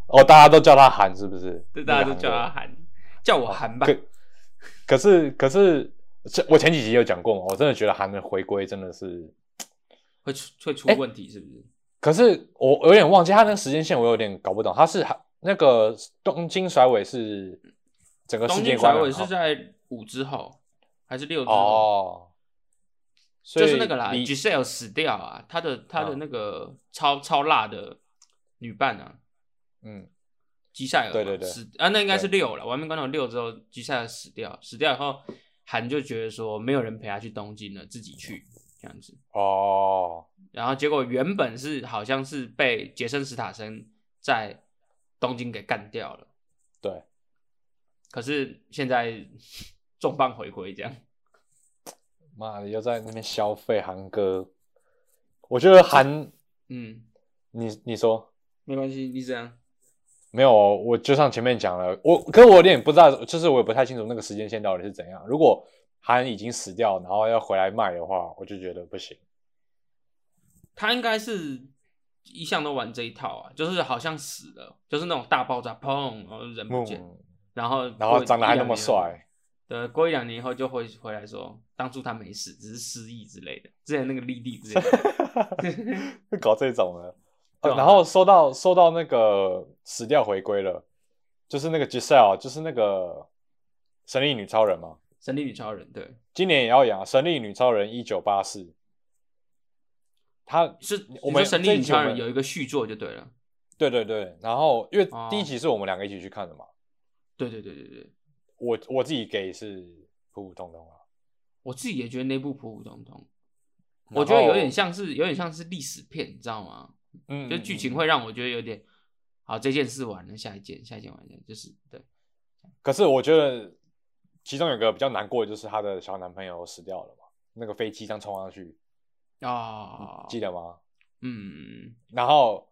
Speaker 1: 哦，大家都叫他韩是不是？
Speaker 2: 这大家都叫他
Speaker 1: 那个韩
Speaker 2: 韩，叫我韩吧
Speaker 1: 哦可。国。可是可是，这我前几集有讲过嘛，我真的觉得韩的回归真的是，
Speaker 2: 会出会出问题是不是？
Speaker 1: 可是我我有点忘记他那个时间线，我有点搞不懂。他是韩那个东京甩尾是整个世
Speaker 2: 东
Speaker 1: 界
Speaker 2: 京
Speaker 1: 观
Speaker 2: 甩
Speaker 1: 很好
Speaker 2: 尾是在五之后还是六之后？
Speaker 1: 哦，所以
Speaker 2: 就是那个啦
Speaker 1: 你
Speaker 2: ，Giselle 死掉啊，他的他的
Speaker 1: 嗯
Speaker 2: 那个超超辣的女伴啊，
Speaker 1: 嗯，
Speaker 2: 吉赛尔嘛
Speaker 1: 对对对
Speaker 2: 死啊，那应该是
Speaker 1: 对
Speaker 2: 六了，完美关头六之后，吉赛尔死掉，死掉以后，韩就觉得说没有人陪他去东京了，自己去这样子。
Speaker 1: 哦，
Speaker 2: 然后结果原本是好像是被杰森·斯塔森在东京给干掉了，
Speaker 1: 对，
Speaker 2: 可是现在 [LAUGHS] 重磅回归这样。
Speaker 1: 妈的，又在那边消费韩哥，我觉得韩，
Speaker 2: 嗯，
Speaker 1: 你你说
Speaker 2: 没关系，你这样。
Speaker 1: 没有？哦我就像前面讲了，我可我有点不知道，就是我也不太清楚那个时间线到底是怎样。如果韩已经死掉，然后要回来卖的话，我就觉得不行。
Speaker 2: 他应该是一向都玩这一套啊，就是好像死了，就是那种大爆炸，砰，然后人不见，
Speaker 1: 嗯，
Speaker 2: 然后
Speaker 1: 然后
Speaker 2: 过
Speaker 1: 长得
Speaker 2: 一
Speaker 1: 还那
Speaker 2: 两
Speaker 1: 么
Speaker 2: 年
Speaker 1: 帅，
Speaker 2: 对，过一两年以后就会回来说，当初他没死，只是失忆之类的，之前那个莉莉之类的。
Speaker 1: [LAUGHS] 会搞这种的。
Speaker 2: 对
Speaker 1: 呃
Speaker 2: 啊
Speaker 1: 然后说到说到那个死掉回归了，就是那个 Giselle，就是那个神力女超人嘛，
Speaker 2: 神力女超人，对，
Speaker 1: 今年也要演啊《神力女超人一九八四》，她
Speaker 2: 是
Speaker 1: 我
Speaker 2: 你说
Speaker 1: 们
Speaker 2: 神力
Speaker 1: 这一
Speaker 2: 女
Speaker 1: 集
Speaker 2: 超
Speaker 1: 我
Speaker 2: 人
Speaker 1: 们
Speaker 2: 有一个续作就对了，
Speaker 1: 对对对，然后因为
Speaker 2: 哦
Speaker 1: 第一集是我们两个一起去看的嘛，
Speaker 2: 对对对对对，
Speaker 1: 我我自己给是普普通通啊，
Speaker 2: 我自己也觉得那部普普通通，
Speaker 1: 然后
Speaker 2: 我觉得有点像是有点像是历史片，你知道吗？
Speaker 1: 嗯，
Speaker 2: 就
Speaker 1: 嗯
Speaker 2: 剧情会。
Speaker 1: 嗯
Speaker 2: 让我觉得有点，好，这件事完了，下一件，下一件完了，就是对，
Speaker 1: 可是我觉
Speaker 2: 嗯
Speaker 1: 得其中有个比较难过的就是她的小男朋友死掉了嘛，那个飞机这样冲上去，
Speaker 2: 哦，
Speaker 1: 记得吗？
Speaker 2: 嗯，
Speaker 1: 然后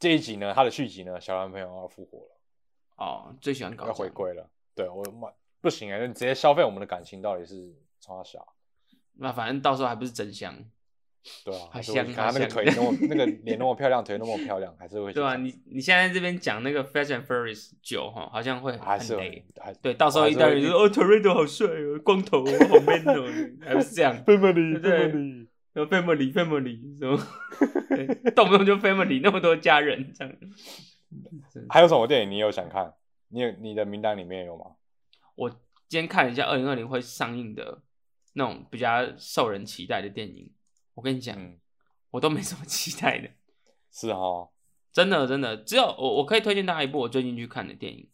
Speaker 1: 这一集呢，他的续集呢，小男朋友要复活了，
Speaker 2: 哦，最喜欢搞
Speaker 1: 要
Speaker 2: 这
Speaker 1: 回
Speaker 2: 样，
Speaker 1: 归了。对我妈不行啊，你直接消费我们的感情到底是从哪小？
Speaker 2: 那反正到时候还不是真香。
Speaker 1: 对啊，
Speaker 2: 好
Speaker 1: 还是会
Speaker 2: 香
Speaker 1: 去
Speaker 2: 好
Speaker 1: 看他那个腿
Speaker 2: 香
Speaker 1: 那么那
Speaker 2: [LAUGHS]
Speaker 1: 个脸那么漂亮，腿那么漂亮，还是会去
Speaker 2: 对啊，
Speaker 1: 看
Speaker 2: 你你现在这边讲那个 Fast and Furious 九哈，好像会
Speaker 1: 还是
Speaker 2: 很
Speaker 1: 会
Speaker 2: 雷。
Speaker 1: 还
Speaker 2: 对，到时候一堆人就说哦，Tornado 好帅哦，光头哦，好 man 哦， [LAUGHS] 还不是
Speaker 1: [LAUGHS]
Speaker 2: 这样
Speaker 1: family
Speaker 2: 对
Speaker 1: family，
Speaker 2: 然后，family family 什么，对动不动就 family 那么多家人这样。
Speaker 1: 还有什么电影你有想看？你有你的名单里面有吗？
Speaker 2: 我今天看了一下二零二零会上映的那种比较受人期待的电影，我跟你讲，
Speaker 1: 嗯，
Speaker 2: 我都没什么期待的，
Speaker 1: 是哦，
Speaker 2: 真的真的，只有我我可以推荐大家一部我最近去看的电影，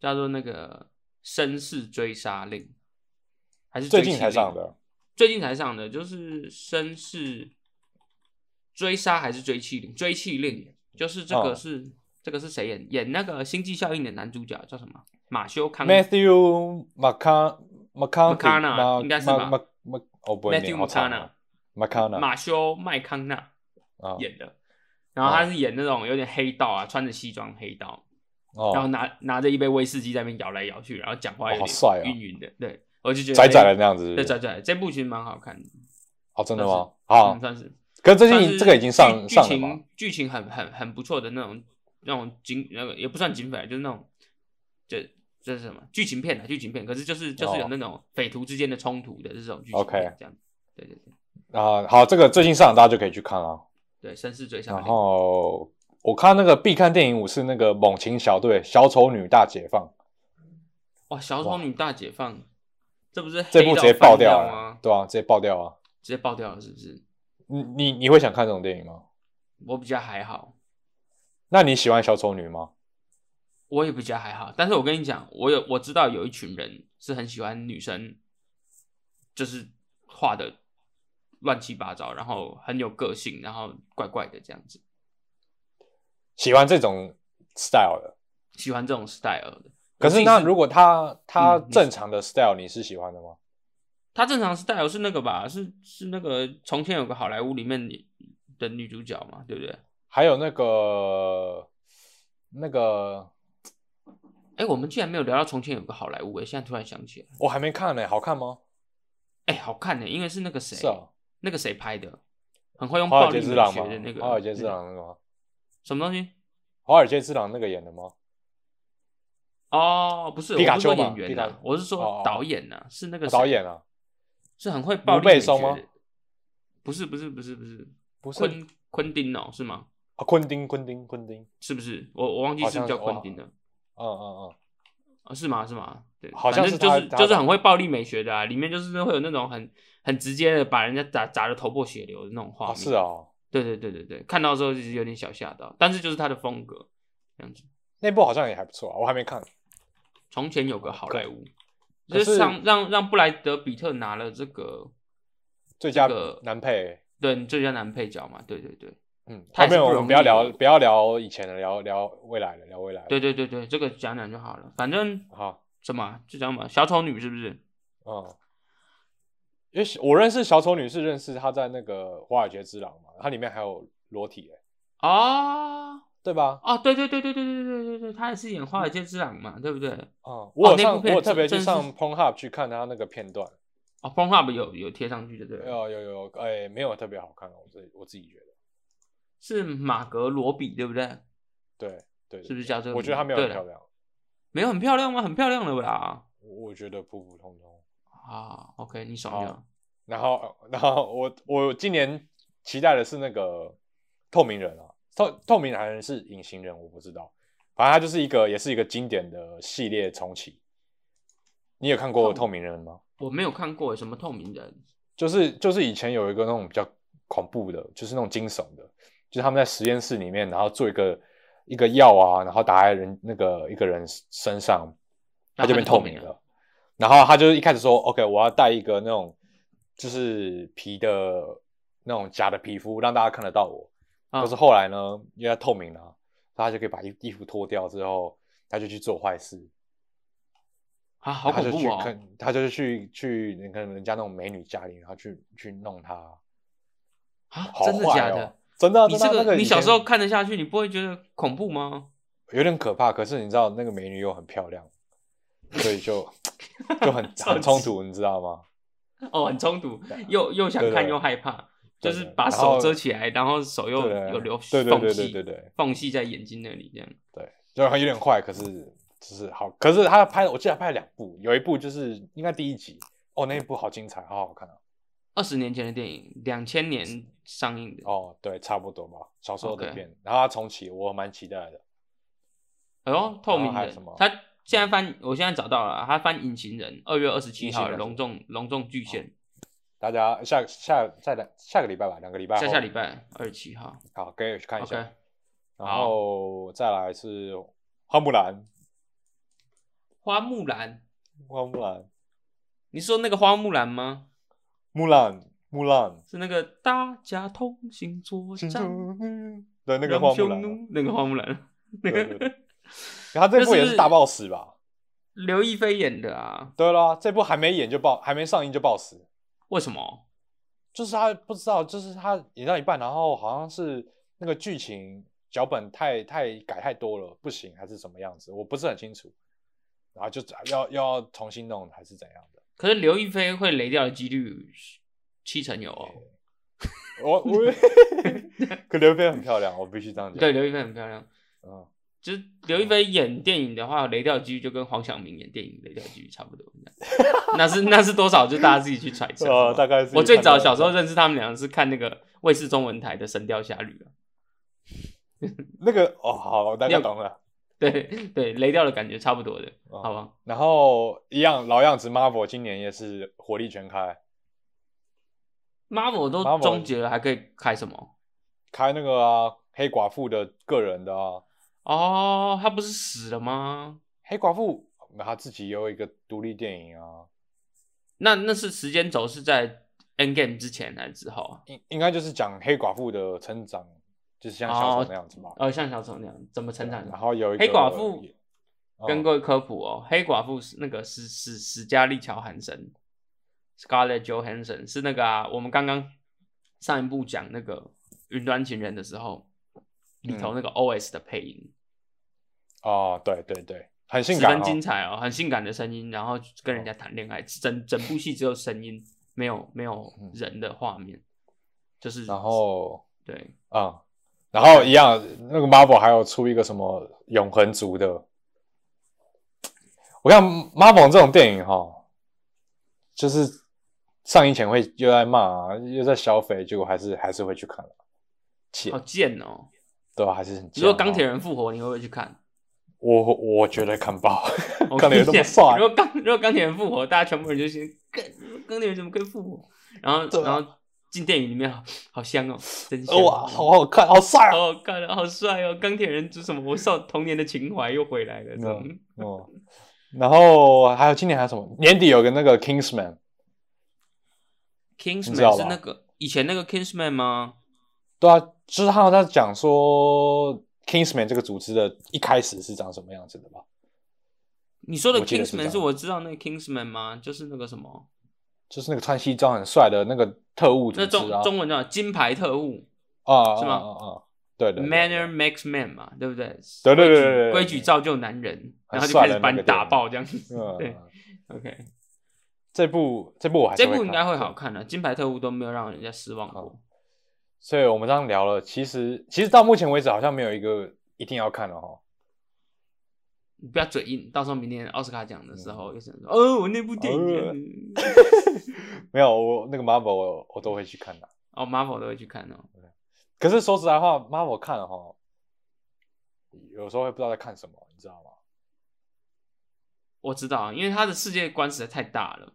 Speaker 2: 叫做那个《绅士追杀令》，还是
Speaker 1: 最
Speaker 2: 追
Speaker 1: 近
Speaker 2: 妻
Speaker 1: 才
Speaker 2: 令
Speaker 1: 上的，
Speaker 2: 最近才上的，就是《绅士追杀》还是《追妻令》？《追妻令》就是这个
Speaker 1: 嗯
Speaker 2: 是、这个是谁演演那个《星际效应》的男主角叫什么？马修康
Speaker 1: Matthew McCon
Speaker 2: McConaughey，
Speaker 1: McConaughey
Speaker 2: 应该是吧
Speaker 1: ？Mc Mc 我哦不会
Speaker 2: Matthew
Speaker 1: 念，好长啊 McConaughey
Speaker 2: 马修麦康纳
Speaker 1: 啊
Speaker 2: 演的，然后
Speaker 1: 嗯
Speaker 2: 他是演那种有点黑道啊，穿着西装黑道，
Speaker 1: 哦
Speaker 2: 然后拿拿着一杯威士忌在那边摇来摇去，然后讲话
Speaker 1: 哦
Speaker 2: 有
Speaker 1: 好
Speaker 2: 点
Speaker 1: 帅哦
Speaker 2: 晕晕的，对我就觉得
Speaker 1: 窄窄的
Speaker 2: 哎
Speaker 1: 那样子，
Speaker 2: 对窄窄的，这部其实蛮好看的，
Speaker 1: 哦，真的
Speaker 2: 算
Speaker 1: 吗？好
Speaker 2: 嗯，，算是
Speaker 1: 可是最
Speaker 2: 算
Speaker 1: 近
Speaker 2: 是
Speaker 1: 这个已经上
Speaker 2: 剧剧
Speaker 1: 上了嘛？
Speaker 2: 情剧情很很很不错的那种那种警那个也不算警匪，就是那种就这是什么剧情片啊，剧情片，可是就是就是有
Speaker 1: 哦
Speaker 2: 那种匪徒之间的冲突的这种剧情
Speaker 1: OK
Speaker 2: 片这样对对对
Speaker 1: 啊，好，这个最近上，大家就可以去看了。
Speaker 2: 对，绅士追杀
Speaker 1: 然
Speaker 2: 令，
Speaker 1: 后我看那个必看电影五是那个《猛禽小队》《小丑女大解放》
Speaker 2: 哇，小丑女大解放，这不是
Speaker 1: 这
Speaker 2: 黑
Speaker 1: 部
Speaker 2: 道
Speaker 1: 直接爆掉
Speaker 2: 翻掉
Speaker 1: 了
Speaker 2: 吗，？
Speaker 1: 对啊，直接爆掉啊！
Speaker 2: 直接爆掉了是不是？
Speaker 1: 你你你会想看这种电影吗？
Speaker 2: 我比较还好，
Speaker 1: 那你喜欢小丑女吗？
Speaker 2: 我也比较还好，但是我跟你讲，我有我知道有一群人是很喜欢女生，就是画的乱七八糟，然后很有个性，然后怪怪的这样子，
Speaker 1: 喜欢这种 style 的。
Speaker 2: 喜欢这种 style 的。
Speaker 1: 可是那如果她她
Speaker 2: 嗯你
Speaker 1: 正常的 style 你是喜欢的吗？
Speaker 2: 他正常 style 是那个吧？是是那个从前有个好莱坞里面的女主角嘛，对不对？
Speaker 1: 还有那个那个
Speaker 2: 哎，我们竟然没有聊到从前有个好莱坞，哎，现在突然想起来，
Speaker 1: 我还没看呢、好看吗？
Speaker 2: 哎，好看呢，因为是那个谁，
Speaker 1: 是啊，
Speaker 2: 那个谁拍的，很会用
Speaker 1: 华
Speaker 2: 暴
Speaker 1: 尔
Speaker 2: 力
Speaker 1: 街之
Speaker 2: 美
Speaker 1: 狼
Speaker 2: 学
Speaker 1: 吗
Speaker 2: 的那？个，
Speaker 1: 华尔街之
Speaker 2: 那个
Speaker 1: 狼那个吗？
Speaker 2: 什么东西？
Speaker 1: 华尔街之狼那个演的吗？
Speaker 2: 哦，不是，我
Speaker 1: 皮卡
Speaker 2: 不是说
Speaker 1: 丘嘛
Speaker 2: 演员
Speaker 1: 皮卡
Speaker 2: 呐，我是
Speaker 1: 哦
Speaker 2: 说
Speaker 1: 哦
Speaker 2: 导演呐，是那个
Speaker 1: 导
Speaker 2: 谁
Speaker 1: 演啊，
Speaker 2: 是很会暴
Speaker 1: 卢
Speaker 2: 力
Speaker 1: 贝
Speaker 2: 美
Speaker 1: 松
Speaker 2: 学
Speaker 1: 吗
Speaker 2: 的？不是，不是，不是，不是，
Speaker 1: 不是
Speaker 2: 昆昆汀哦，是吗？
Speaker 1: 啊，昆汀，昆汀，昆汀，
Speaker 2: 是不是？我我忘记
Speaker 1: 好
Speaker 2: 是不是
Speaker 1: 像是
Speaker 2: 叫昆
Speaker 1: 哇
Speaker 2: 汀了。
Speaker 1: 嗯嗯嗯，
Speaker 2: 啊，是吗？是吗？对，
Speaker 1: 好像
Speaker 2: 反
Speaker 1: 是
Speaker 2: 正就
Speaker 1: 他
Speaker 2: 是
Speaker 1: 他
Speaker 2: 就是
Speaker 1: 的
Speaker 2: 很会暴力美学的啊，里面就是会有那种很很直接的把人家砸砸的头破血流的那种画
Speaker 1: 哦，
Speaker 2: 面。
Speaker 1: 是，哦，
Speaker 2: 对对对对对，看到的时候就是有点小吓到，但是就是他的风格这样子。
Speaker 1: 那部好像也还不错啊，我还没看。
Speaker 2: 从前有个好莱坞，
Speaker 1: 哦可
Speaker 2: 就是
Speaker 1: 是
Speaker 2: 让让让布莱德比特拿了这个
Speaker 1: 最佳
Speaker 2: 这个
Speaker 1: 男配，
Speaker 2: 对最佳男配角嘛，对对对
Speaker 1: 嗯，
Speaker 2: 他
Speaker 1: 后
Speaker 2: 也是
Speaker 1: 面
Speaker 2: 不
Speaker 1: 我
Speaker 2: 容
Speaker 1: 们
Speaker 2: 易
Speaker 1: 不要聊
Speaker 2: 的
Speaker 1: 不要聊以前的，聊聊未来的，聊未来的。
Speaker 2: 对对对对，这个讲讲就好了，反正
Speaker 1: 好，
Speaker 2: 什么就讲嘛，小丑女是不是？
Speaker 1: 嗯，因为我认识小丑女是认识她在那个《华尔街之狼》嘛，它里面还有裸体、欸，
Speaker 2: 哦
Speaker 1: 对吧？嗯
Speaker 2: 哦，对对对对对对对对对，他也是演《华尔街之狼》嘛，对不对？
Speaker 1: 嗯，我有
Speaker 2: 哦那
Speaker 1: 上、
Speaker 2: 部
Speaker 1: 我
Speaker 2: 片
Speaker 1: 有特别去
Speaker 2: 真真
Speaker 1: 上
Speaker 2: 是
Speaker 1: Pornhub 去看她那个片段，
Speaker 2: 哦 p o n h u b 有有贴上去的，对不对？
Speaker 1: 有有有，哎、没有特别好看，啊我自己我自己觉得，
Speaker 2: 是马格罗比，对不对？
Speaker 1: 对对，
Speaker 2: 是不是叫这个名字？
Speaker 1: 我觉得她没有
Speaker 2: 对
Speaker 1: 很
Speaker 2: 了
Speaker 1: 漂，亮，
Speaker 2: 没有很漂亮吗？很漂亮了啦。
Speaker 1: 我我觉得普普通通。
Speaker 2: 啊，OK，你爽
Speaker 1: 好
Speaker 2: 就好。
Speaker 1: 然后，然后我我今年期待的是那个透明人啊，透透明人还是隐形人，我不知道。反正它就是一个，也是一个经典的系列重启。你有看过
Speaker 2: 透
Speaker 1: 透明人吗？
Speaker 2: 我没有看过什么透明人，
Speaker 1: 就是就是以前有一个那种比较恐怖的，就是那种惊悚的，就是他们在实验室里面，然后做一个一个药啊，然后打在人那个一个人身上，
Speaker 2: 然
Speaker 1: 他就
Speaker 2: 后他
Speaker 1: 变
Speaker 2: 就
Speaker 1: 透
Speaker 2: 透
Speaker 1: 明
Speaker 2: 明了
Speaker 1: 了。然后他就一开始说：“OK，我要戴一个那种就是皮的那种假的皮肤，让大家看得到我。”
Speaker 2: 啊
Speaker 1: 可是后来呢，因为他透明了、他就可以把衣衣服脱掉之后，他就去做坏事，
Speaker 2: 啊，好
Speaker 1: 他就
Speaker 2: 恐怖
Speaker 1: 去
Speaker 2: 哦！
Speaker 1: 看，他就是去去你看人家那种美女家里，然后去去弄她。
Speaker 2: 啊，
Speaker 1: 好
Speaker 2: 真的
Speaker 1: 坏
Speaker 2: 假
Speaker 1: 哦
Speaker 2: 的？？
Speaker 1: 真的啊，
Speaker 2: 你
Speaker 1: 真的啊
Speaker 2: 这
Speaker 1: 那个
Speaker 2: 你
Speaker 1: 以
Speaker 2: 小
Speaker 1: 前
Speaker 2: 时候看得下去，你不会觉得恐怖吗？
Speaker 1: 有点可怕，可是你知道那个美女又很漂亮，所以
Speaker 2: [LAUGHS]
Speaker 1: 就就很
Speaker 2: 超级
Speaker 1: 很冲突，你知道吗？
Speaker 2: 哦，很冲突
Speaker 1: 对啊，
Speaker 2: 又又想
Speaker 1: 对对
Speaker 2: 看又害怕，就
Speaker 1: 对
Speaker 2: 是
Speaker 1: 对
Speaker 2: 把
Speaker 1: 然
Speaker 2: 手
Speaker 1: 后
Speaker 2: 遮起来，然后手又
Speaker 1: 对啊
Speaker 2: 有留
Speaker 1: 对对
Speaker 2: 缝
Speaker 1: 对对对
Speaker 2: 隙，
Speaker 1: 对
Speaker 2: 缝隙在眼睛那里这样。
Speaker 1: 对，就很有点坏，可是就是好，可是他拍了，我记得他拍了两部，有一部就是应该第一集哦，那一部好精彩，好好看啊！
Speaker 2: 二十年前的电影，两千年上映的。
Speaker 1: 哦，对，差不多吧，小时候的
Speaker 2: OK
Speaker 1: 片然后他重启，我蛮期待的。
Speaker 2: 哎呦，透明
Speaker 1: 还有
Speaker 2: 的
Speaker 1: 什么，
Speaker 2: 他现在翻，我现在找到了，他翻《隐形人》，二月二十七
Speaker 1: 隐形
Speaker 2: 号
Speaker 1: 人
Speaker 2: 隆重隆重巨
Speaker 1: 哦
Speaker 2: 献，
Speaker 1: 大家下下再两下个礼拜吧，两个礼拜
Speaker 2: 下
Speaker 1: 后
Speaker 2: 下礼拜二十七号。
Speaker 1: 好可以去看一下。
Speaker 2: OK，
Speaker 1: 然后再来是花木兰，
Speaker 2: 花木兰，
Speaker 1: 花木兰，
Speaker 2: 你说那个花木兰吗？
Speaker 1: 木兰，木兰，
Speaker 2: 是那个大家同行作
Speaker 1: 心
Speaker 2: 战，
Speaker 1: 中的那
Speaker 2: 那
Speaker 1: 个花木兰啊，
Speaker 2: 那个花木兰，那
Speaker 1: 对
Speaker 2: [LAUGHS] 个
Speaker 1: 对然后这部也
Speaker 2: 那是不
Speaker 1: 是
Speaker 2: 是
Speaker 1: 大爆死吧？
Speaker 2: 刘亦菲演的啊。
Speaker 1: 对啦，这部还没演就爆，还没上映就爆死，
Speaker 2: 为什么？
Speaker 1: 就是他不知道，就是他演到一半，然后好像是那个剧情脚本太太改太多了，不行还是什么样子，我不是很清楚。然后就要要重新弄还是怎样的？
Speaker 2: 可是刘亦菲会雷掉的几率七成有哦。
Speaker 1: 我 [LAUGHS]
Speaker 2: [LAUGHS]
Speaker 1: 我可刘亦菲很漂亮，我必须这样讲。
Speaker 2: 对，，刘亦菲很漂亮。
Speaker 1: 嗯，
Speaker 2: 就是刘亦菲演电影的话，雷掉的几率就跟黄晓明演电影雷掉的几率差不多。那是那是多少？就大家自己去揣测。
Speaker 1: 呃，大概是
Speaker 2: 我最早
Speaker 1: 看到
Speaker 2: 小时候认识他们两个是看那个卫视中文台的《神雕侠侣》啊。
Speaker 1: 那个哦，好，我大
Speaker 2: 你
Speaker 1: 概
Speaker 2: 有
Speaker 1: 懂了。
Speaker 2: 对 [LAUGHS] 对，雷掉的感觉差不多的，
Speaker 1: 嗯
Speaker 2: 好吧？
Speaker 1: 然后一样老样子，Marvel 今年也是火力全开，
Speaker 2: Marvel 都
Speaker 1: Marvel-
Speaker 2: 终结了，还可以开什么？
Speaker 1: 开那个啊黑寡妇的个人的啊，
Speaker 2: 哦，他不是死了吗？
Speaker 1: 黑寡妇那他自己也有一个独立电影啊，
Speaker 2: 那那是时间轴是在 End Game 之前还是之后啊？
Speaker 1: 应应该就是讲黑寡妇的成长，就是像小丑那样子吧。
Speaker 2: 呃，像小丑那样怎么成长的
Speaker 1: 然？后有一个
Speaker 2: 黑寡妇
Speaker 1: 也
Speaker 2: 跟
Speaker 1: 嗯
Speaker 2: 各位科普哦，黑寡妇是那个是是史嘉丽·乔韩森 （Scarlett Johansson） 是那个啊，我们刚刚上一部讲那个《云端情人》的时候，里
Speaker 1: 嗯
Speaker 2: 头那个 OS 的配音、
Speaker 1: 哦，对对对，很性
Speaker 2: 十
Speaker 1: 感
Speaker 2: 分
Speaker 1: 哦
Speaker 2: 精。彩哦，很性感的声音，然后跟人家谈恋爱，整整部戏只有声音，没有没有
Speaker 1: 嗯
Speaker 2: 人的画面，就是
Speaker 1: 然后
Speaker 2: 对
Speaker 1: 嗯，然后一样，那个 Marvel 还有出一个什么永恒族的。我看 Marvel 这种电影哈，就是上映前会又在骂、啊，又在消费，结果还是还是会去看、
Speaker 2: 好贱哦。
Speaker 1: 对吧、还是很
Speaker 2: 你
Speaker 1: 贱啊
Speaker 2: 说钢铁人复活，你会不会去看？
Speaker 1: 我我觉得看爆， [LAUGHS]
Speaker 2: 哦
Speaker 1: 钢铁人这么帅
Speaker 2: [LAUGHS] 如果钢如果钢铁人复活，大家全部人就先钢 [LAUGHS] 钢铁人怎么可以复活？然后、
Speaker 1: 对啊
Speaker 2: 然后进电影里面好好香哦，真香！
Speaker 1: 哇，好好看，好帅哦！
Speaker 2: 哦，看了好帅哦！钢铁人就什么，我少童年的情怀又回来了，这种、
Speaker 1: 哦，然后还有今年还有什么？年底有个那个 Kingsman，你知道
Speaker 2: Kingsman
Speaker 1: 吧
Speaker 2: 是那个以前那个 Kingsman 吗？
Speaker 1: 对啊，就是他好像在讲说 Kingsman 这个组织的一开始是长什么样子的吧？
Speaker 2: 你说的
Speaker 1: 我记得是这样
Speaker 2: Kingsman 是我知道那个 Kingsman 吗？就是那个什么，
Speaker 1: 就是那个穿西装很帅的那个特务组
Speaker 2: 那
Speaker 1: 织
Speaker 2: 中
Speaker 1: 啊，
Speaker 2: 中文叫金牌特务
Speaker 1: 啊
Speaker 2: 是吗嗯
Speaker 1: 啊啊啊，对的
Speaker 2: Manner Makes Man 嘛，对不对？
Speaker 1: 对对对对
Speaker 2: 规矩
Speaker 1: 对对
Speaker 2: 规矩造就男人，
Speaker 1: 很
Speaker 2: 然后就
Speaker 1: 帅
Speaker 2: 开
Speaker 1: 的
Speaker 2: 始把
Speaker 1: 那
Speaker 2: 你
Speaker 1: 个电
Speaker 2: 打
Speaker 1: 影
Speaker 2: 爆这样子。对
Speaker 1: 嗯，
Speaker 2: OK，
Speaker 1: 这部这部我还是
Speaker 2: 这部应该
Speaker 1: 看
Speaker 2: 会好看的、金牌特务都没有让人家失望过。
Speaker 1: 所以我们这样聊了，其实其实到目前为止好像没有一个一定要看了哈。 [LAUGHS]
Speaker 2: 你不要嘴硬，到时候明年奥斯卡奖的时候又想说，哦，我那部电
Speaker 1: 嗯哦
Speaker 2: 影，嗯
Speaker 1: 没有，我那个 Marvel 我我都会去看的。
Speaker 2: 哦，Marvel 都会去看哦。
Speaker 1: 可是说实在话，Marvel 看了哈，有时候会不知道在看什么，你知道吗？
Speaker 2: 我知道，啊因为他的世界观实在太大了，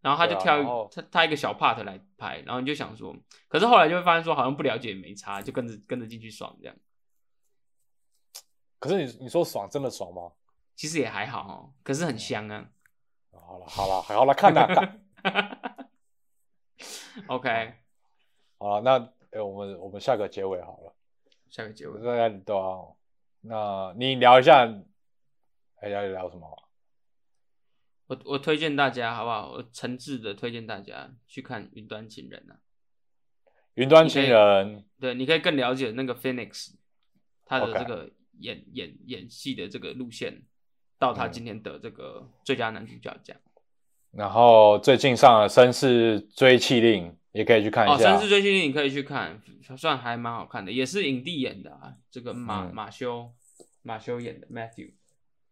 Speaker 2: 然后他就
Speaker 1: 对啊
Speaker 2: 挑一、
Speaker 1: 然后
Speaker 2: 他他一个小 part 来拍，然后你就想说，可是后来就会发现说好像不了解也没差，就跟着跟着进去爽这样，
Speaker 1: 可是你你说爽真的爽吗？
Speaker 2: 其实也还好哦，可是很香啊。
Speaker 1: 好了好了好了，看啦看 [LAUGHS]
Speaker 2: OK，
Speaker 1: 好了，那、呃我们我们下个结尾好了。
Speaker 2: 下个结
Speaker 1: 我
Speaker 2: 尾
Speaker 1: 大概对啊，那你聊一下，哎、要聊什么？
Speaker 2: 我我推荐大家好不好？我诚挚的推荐大家去看《云端情人》啊。
Speaker 1: 云端情人，
Speaker 2: 对，你可以更了解那个 Phoenix 他的
Speaker 1: OK
Speaker 2: 这个演演演戏的这个路线，到他
Speaker 1: 嗯
Speaker 2: 今天的这个最佳男主角奖、
Speaker 1: 然后最近上了《绅士追气令》，也可以去看
Speaker 2: 哦，
Speaker 1: 一
Speaker 2: 《
Speaker 1: 下。
Speaker 2: 绅士追星令》你可以去看，算还蛮好看的，也是影帝演的啊，这个马、
Speaker 1: 嗯
Speaker 2: 马修马修演的 Matthew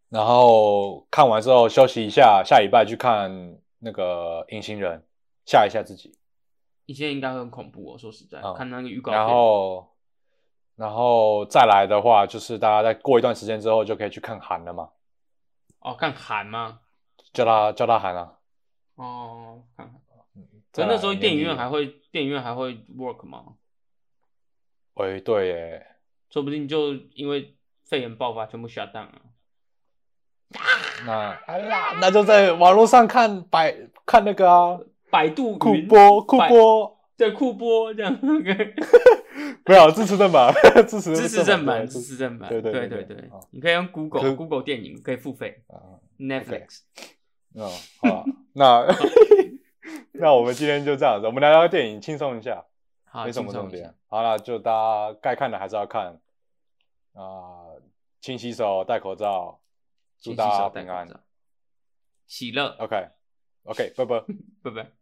Speaker 1: 然后看完之后休息一下，下礼拜去看那个《隐形人》，吓一下自己。
Speaker 2: 以前应该会很恐怖哦，说实在，
Speaker 1: 嗯
Speaker 2: 看那个预告片，
Speaker 1: 然后，然后再来的话，就是大家再过一段时间之后就可以去看韩了嘛，
Speaker 2: 哦，看韩吗？
Speaker 1: 叫他叫他韩啊。
Speaker 2: 哦，看韩。
Speaker 1: 再
Speaker 2: 可
Speaker 1: 来
Speaker 2: 那时候电影
Speaker 1: 啊
Speaker 2: 院
Speaker 1: 年底
Speaker 2: 还会电影院还会 work 吗？
Speaker 1: 喂，对耶，
Speaker 2: 说不定就因为肺炎爆发全部 shut down 啊。
Speaker 1: [LAUGHS] 那那就在网络上看百看那个啊，
Speaker 2: 百度
Speaker 1: 酷
Speaker 2: 云
Speaker 1: 播酷
Speaker 2: 百
Speaker 1: 播，
Speaker 2: 对酷播这
Speaker 1: [LAUGHS]
Speaker 2: 样，OK，
Speaker 1: 没有支持正
Speaker 2: [LAUGHS]
Speaker 1: 版，支持
Speaker 2: 支持正版，
Speaker 1: 对
Speaker 2: 支持正版，
Speaker 1: 对对
Speaker 2: 对
Speaker 1: 对对
Speaker 2: 对
Speaker 1: 好，
Speaker 2: 你可以用
Speaker 1: 可
Speaker 2: Google
Speaker 1: 是
Speaker 2: Google 电影可以付费
Speaker 1: 嗯
Speaker 2: ，Netflix
Speaker 1: 嗯，好啊， [LAUGHS]
Speaker 2: [LAUGHS]
Speaker 1: 那那我们今天就这样子，我们聊聊电影，轻松一下，
Speaker 2: 好，
Speaker 1: 没什么
Speaker 2: 啊轻松
Speaker 1: 重
Speaker 2: 一下
Speaker 1: 点。好了，就大家该看的还是要看，啊、勤洗手，戴口罩，祝
Speaker 2: 勤洗
Speaker 1: 大家
Speaker 2: 手，戴
Speaker 1: 平
Speaker 2: 口
Speaker 1: 安。呃
Speaker 2: 罩，喜乐，
Speaker 1: OK，OK，拜拜。
Speaker 2: 拜拜。